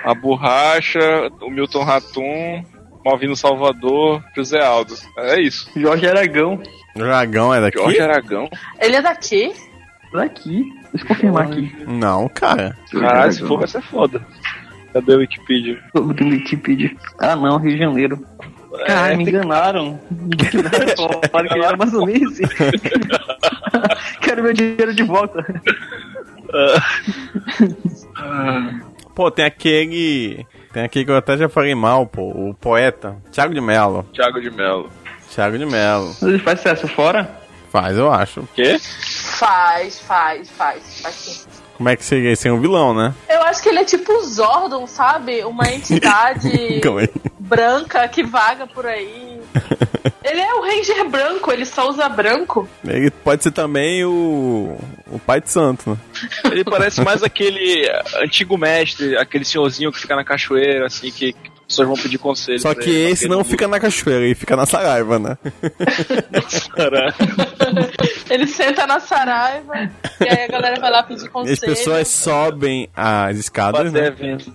Speaker 4: A borracha, o Milton Ratum, Malvino Salvador, José Aldo. É isso.
Speaker 2: Jorge Aragão.
Speaker 1: Dragão é daqui?
Speaker 4: Jorge Aragão.
Speaker 3: Ele é daqui?
Speaker 2: Daqui. Tá Deixa eu confirmar aqui.
Speaker 1: Não, cara.
Speaker 4: Caralho, se for, vai ser foda. Cadê o Wikipedia?
Speaker 2: Sobre o Wikipedia. Ah, não, Rio de Janeiro. Caralho,
Speaker 4: É.
Speaker 2: me enganaram. Me enganaram. Falaram que ele era amazonense. Quero meu dinheiro de volta.
Speaker 1: Pô, tem aquele. Tem aquele que eu até já falei mal, pô. O poeta. Tiago de Mello.
Speaker 4: Thiago de Mello.
Speaker 1: Tiago de Mello.
Speaker 2: Ele faz sucesso fora?
Speaker 1: Faz, eu acho.
Speaker 4: Quê?
Speaker 3: Faz, faz, faz. faz sim.
Speaker 1: Como é que seria esse é um vilão, né?
Speaker 3: Eu acho que ele é tipo o Zordon, sabe? Uma entidade
Speaker 1: Calma aí.
Speaker 3: branca que vaga por aí. Ele é o Ranger branco, ele só usa branco.
Speaker 1: Ele pode ser também o. o pai de santo, né?
Speaker 4: Ele parece mais aquele antigo mestre, aquele senhorzinho que fica na cachoeira, assim, que, que as pessoas vão pedir conselho.
Speaker 1: é, Só
Speaker 4: pra
Speaker 1: que
Speaker 4: ele,
Speaker 1: esse
Speaker 4: pra
Speaker 1: não
Speaker 4: ele
Speaker 1: fica na cachoeira, ele fica na saraiva, né?
Speaker 4: Caralho.
Speaker 3: Ele senta na saraiva e aí a galera vai lá pedir
Speaker 1: E
Speaker 3: conselho.
Speaker 1: as pessoas sobem as escadas,
Speaker 4: Fazer
Speaker 1: né?
Speaker 4: evento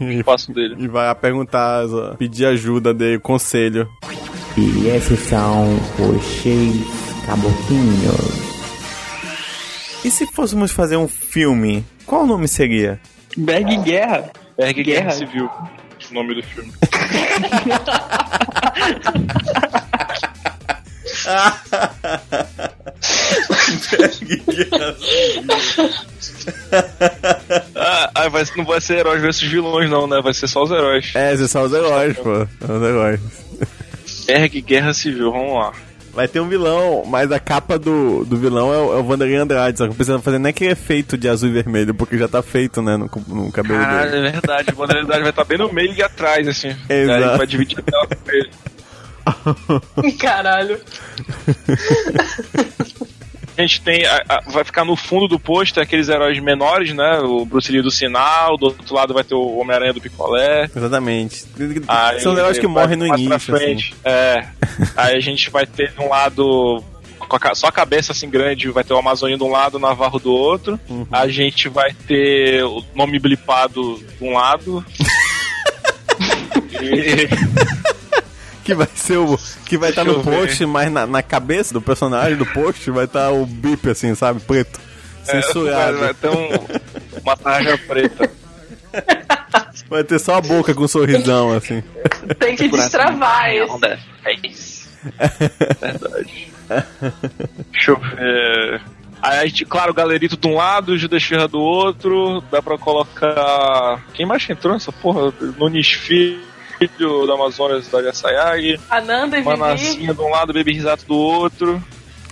Speaker 4: no
Speaker 1: E-
Speaker 4: espaço dele.
Speaker 1: E vai lá perguntar, ó, pedir ajuda dele, conselho.
Speaker 6: E esses são os seis caboquinhos.
Speaker 5: E se fôssemos fazer um filme, qual o nome seria?
Speaker 2: Berg Guerra.
Speaker 4: Ergue Guerra
Speaker 2: Guerra.
Speaker 4: Civil. O nome do filme. Ah, ah, vai, não vai ser heróis versus vilões, não, né? Vai ser só os heróis.
Speaker 1: É, esses são os heróis, pô. São os heróis.
Speaker 4: Ergue Guerra Civil, vamos lá.
Speaker 1: Vai ter um vilão, mas a capa do, do vilão é, o- é o Vanderlei Andrade, só que não precisa fazer nem aquele efeito de azul e vermelho, porque já tá feito, né, no, cu- no cabelo
Speaker 4: Caralho,
Speaker 1: dele.
Speaker 4: é verdade. A banalidade vai estar bem no meio e atrás, assim.
Speaker 1: Exato.
Speaker 4: Aí vai dividir a tela com ele.
Speaker 3: Caralho.
Speaker 4: A gente tem. a- a- vai ficar no fundo do pôster aqueles heróis menores, né? O Bruce Lee do Sinal, do outro lado vai ter o Homem-Aranha do Picolé.
Speaker 1: Exatamente.
Speaker 4: Aí
Speaker 1: São heróis que
Speaker 4: vai-
Speaker 1: morrem no
Speaker 4: mais pra
Speaker 1: início, assim.
Speaker 4: frente, É. Aí a gente vai ter de um lado. com a ca- Só a cabeça assim grande, vai ter o Amazônia de um lado, o Navarro do outro.
Speaker 1: Uhum.
Speaker 4: A gente vai ter o nome blipado de um lado. e,
Speaker 1: Que vai ser o. Que vai estar
Speaker 4: Deixa
Speaker 1: no
Speaker 4: eu ver.
Speaker 1: tá post, mas na, na cabeça do personagem do post vai estar o bip, assim, sabe? Preto. Censurado.
Speaker 4: É, Vai, vai ter um, uma tarja preta.
Speaker 1: Vai ter só a boca com um sorrisão, assim.
Speaker 3: Tem que destravar isso.
Speaker 4: Verdade. Deixa eu ver. Aí a gente, claro, o Galerito de um lado, o Judas Firra do outro. Dá pra colocar. Quem mais que entrou nessa porra? Nunes Filho da Amazônia, da Gassayag.
Speaker 3: Ananda e Vivi.
Speaker 4: Manacinha de um lado, Baby Risato do outro.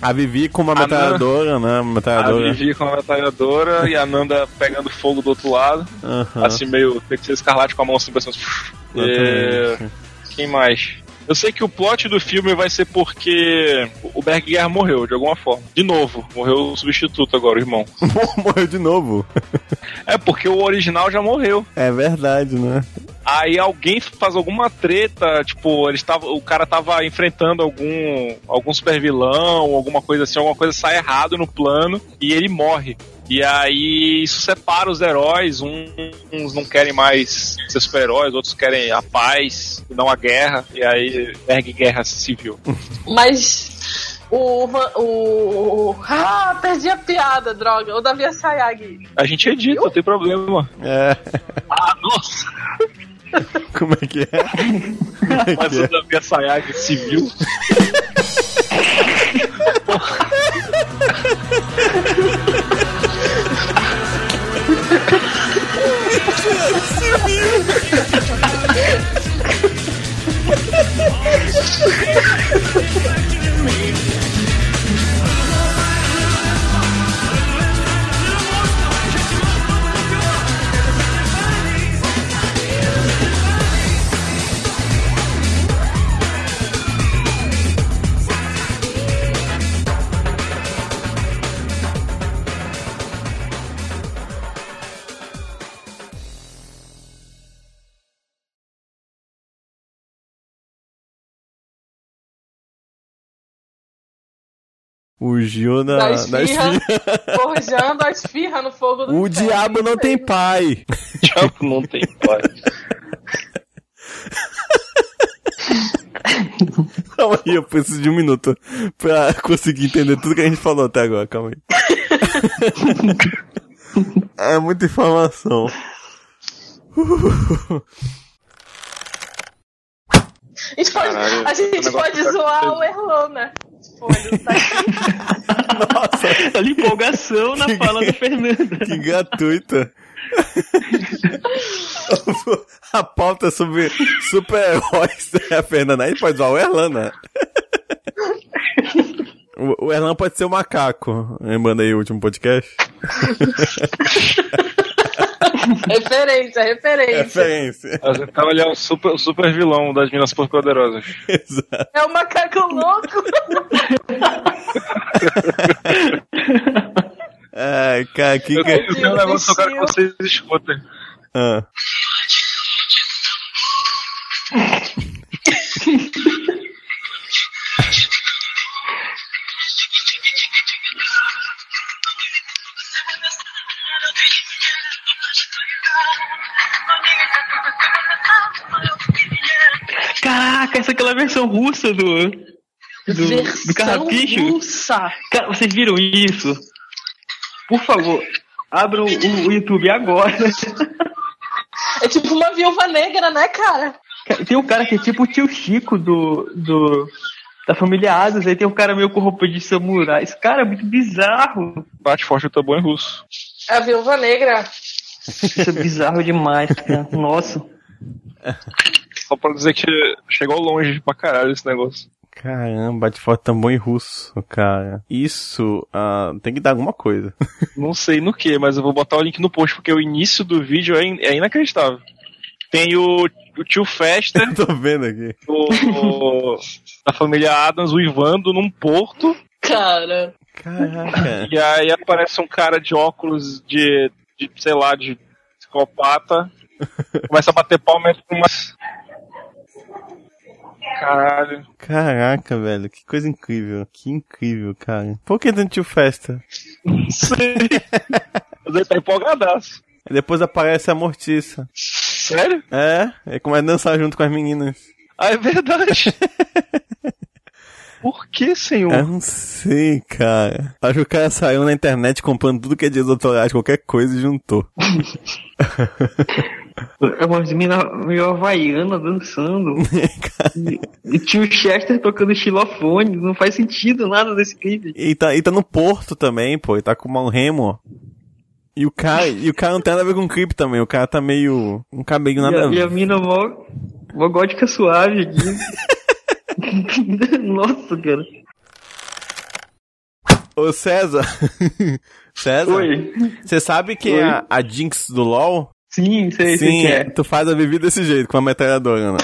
Speaker 1: A Vivi com uma
Speaker 4: A
Speaker 1: metralhadora, né? Uma
Speaker 4: A
Speaker 1: metralhadora.
Speaker 4: Vivi com a metralhadora e a Nanda pegando fogo do outro lado.
Speaker 1: Aham,
Speaker 4: Assim, meio. Tem que ser escarlate com a mão assim, assim. É,
Speaker 1: exatamente.
Speaker 4: Quem mais? Eu sei que o plot do filme vai ser porque o Berg Guerra morreu, de alguma forma. De novo, morreu o substituto agora, o irmão.
Speaker 1: Morreu de novo.
Speaker 4: É porque o original já morreu.
Speaker 1: É verdade, né?
Speaker 4: Aí alguém faz alguma treta, tipo, eles tava, o cara tava enfrentando algum algum super vilão, alguma coisa assim, alguma coisa sai errado no plano e ele morre. E aí isso separa os heróis, um- uns não querem mais ser super-heróis, outros querem a paz, não a guerra, e aí ergue guerra civil.
Speaker 3: Mas o, Van- o, o- Ah, perdi a piada, droga. O Davi é Sayag.
Speaker 4: A gente edita, não tem problema.
Speaker 1: É.
Speaker 4: Ah, nossa,
Speaker 1: Como é que é? Como é
Speaker 4: mas
Speaker 1: que
Speaker 4: o
Speaker 1: é?
Speaker 4: Davi Sayag civil.
Speaker 1: é? O Gil da,
Speaker 3: Da
Speaker 1: Ah, da
Speaker 3: esfirra.
Speaker 1: esfirra.
Speaker 3: Forjando a esfirra no fogo do
Speaker 1: O
Speaker 3: inferno.
Speaker 1: diabo não tem pai.
Speaker 4: Diabo não tem pai.
Speaker 1: Calma aí, eu preciso de um minuto pra conseguir entender tudo que a gente falou até agora. Calma aí. É muita informação.
Speaker 3: A gente pode,
Speaker 4: Caralho,
Speaker 3: a gente
Speaker 4: o negócio
Speaker 3: pode
Speaker 4: tá
Speaker 3: zoar o Erlon, né? Tipo, ele tá aqui.
Speaker 1: Nossa,
Speaker 2: Olha a empolgação na fala do Fernando.
Speaker 1: que gratuita. A pauta é sobre super-heróis é a Fernanda. A gente pode usar o Erlan, né? O o Erlan pode ser o macaco. Lembrando aí o último podcast.
Speaker 3: referência,
Speaker 1: É
Speaker 3: referência.
Speaker 1: Referência.
Speaker 4: Mas então ele é o super, o super vilão das Minas Poderosas.
Speaker 1: Exato.
Speaker 3: É o macaco louco.
Speaker 1: Ai, cara, que.
Speaker 4: Eu, tenho- eu tenho um negócio que eu quero que
Speaker 3: Meu
Speaker 4: vocês escutem.
Speaker 1: Ah.
Speaker 2: Caraca, essa é aquela versão russa do. Do, do
Speaker 3: Versão
Speaker 2: Carrapicho?
Speaker 3: russa.
Speaker 2: Cara, vocês viram isso? Por favor, abram o, o YouTube agora.
Speaker 3: É tipo uma viúva negra, né, cara?
Speaker 2: Tem um cara que é tipo o tio Chico do. do da família Adas, aí tem um cara meio com roupa de samurai. Esse cara é muito bizarro.
Speaker 4: Bate forte o tambor em russo.
Speaker 3: É a viúva negra.
Speaker 2: Isso é bizarro demais, cara. Nossa.
Speaker 4: Só pra dizer que chegou longe pra caralho esse negócio.
Speaker 1: Caramba, bate forte tambor em russo, cara. Isso, ah, tem que dar alguma coisa.
Speaker 4: Não sei no que, mas eu vou botar o link no post, porque o início do vídeo é, in- é inacreditável. Tem o, o tio Fester,
Speaker 1: Tô vendo aqui.
Speaker 4: o, o- da família Adams, o Ivando num porto,
Speaker 3: Cara.
Speaker 1: Caraca.
Speaker 4: e aí aparece um cara de óculos de, de sei lá, de psicopata, começa a bater palma entre umas. Caralho.
Speaker 1: Caraca, velho. Que coisa incrível. Que incrível, cara. Por que tanto tio Festa?
Speaker 4: Sim. Mas ele tá empolgadaço.
Speaker 1: Aí Depois aparece a Mortiça.
Speaker 4: Sério?
Speaker 1: É, ele começa a dançar junto com as meninas.
Speaker 4: Ah, é verdade. Ah, Por que, senhor?
Speaker 1: Eu não sei, cara. Acho que o cara saiu na internet comprando tudo que é desodorante, qualquer coisa e juntou.
Speaker 2: Eu gosto de É mina meio havaiana dançando. e, e tio Chester tocando xilofone. Não faz sentido nada desse clipe.
Speaker 1: E tá, e tá no Porto também, pô. E tá com um remo. E o cara, e o cara não tem nada a ver com o clipe também. O cara tá meio. Um cabelo
Speaker 2: E
Speaker 1: nada
Speaker 2: a,
Speaker 1: a
Speaker 2: e a
Speaker 1: ver.
Speaker 2: mina mó, mó gótica suave aqui. Nossa, cara.
Speaker 1: Ô César. César,
Speaker 2: Oi.
Speaker 1: você sabe que
Speaker 2: Oi.
Speaker 1: a, a Jinx do LOL?
Speaker 2: Sim, sei, sei
Speaker 1: Sim,
Speaker 2: que é.
Speaker 1: tu faz a bebida desse jeito, com a metralhadora, né?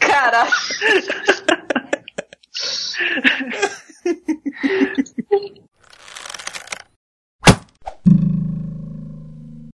Speaker 3: Caralho.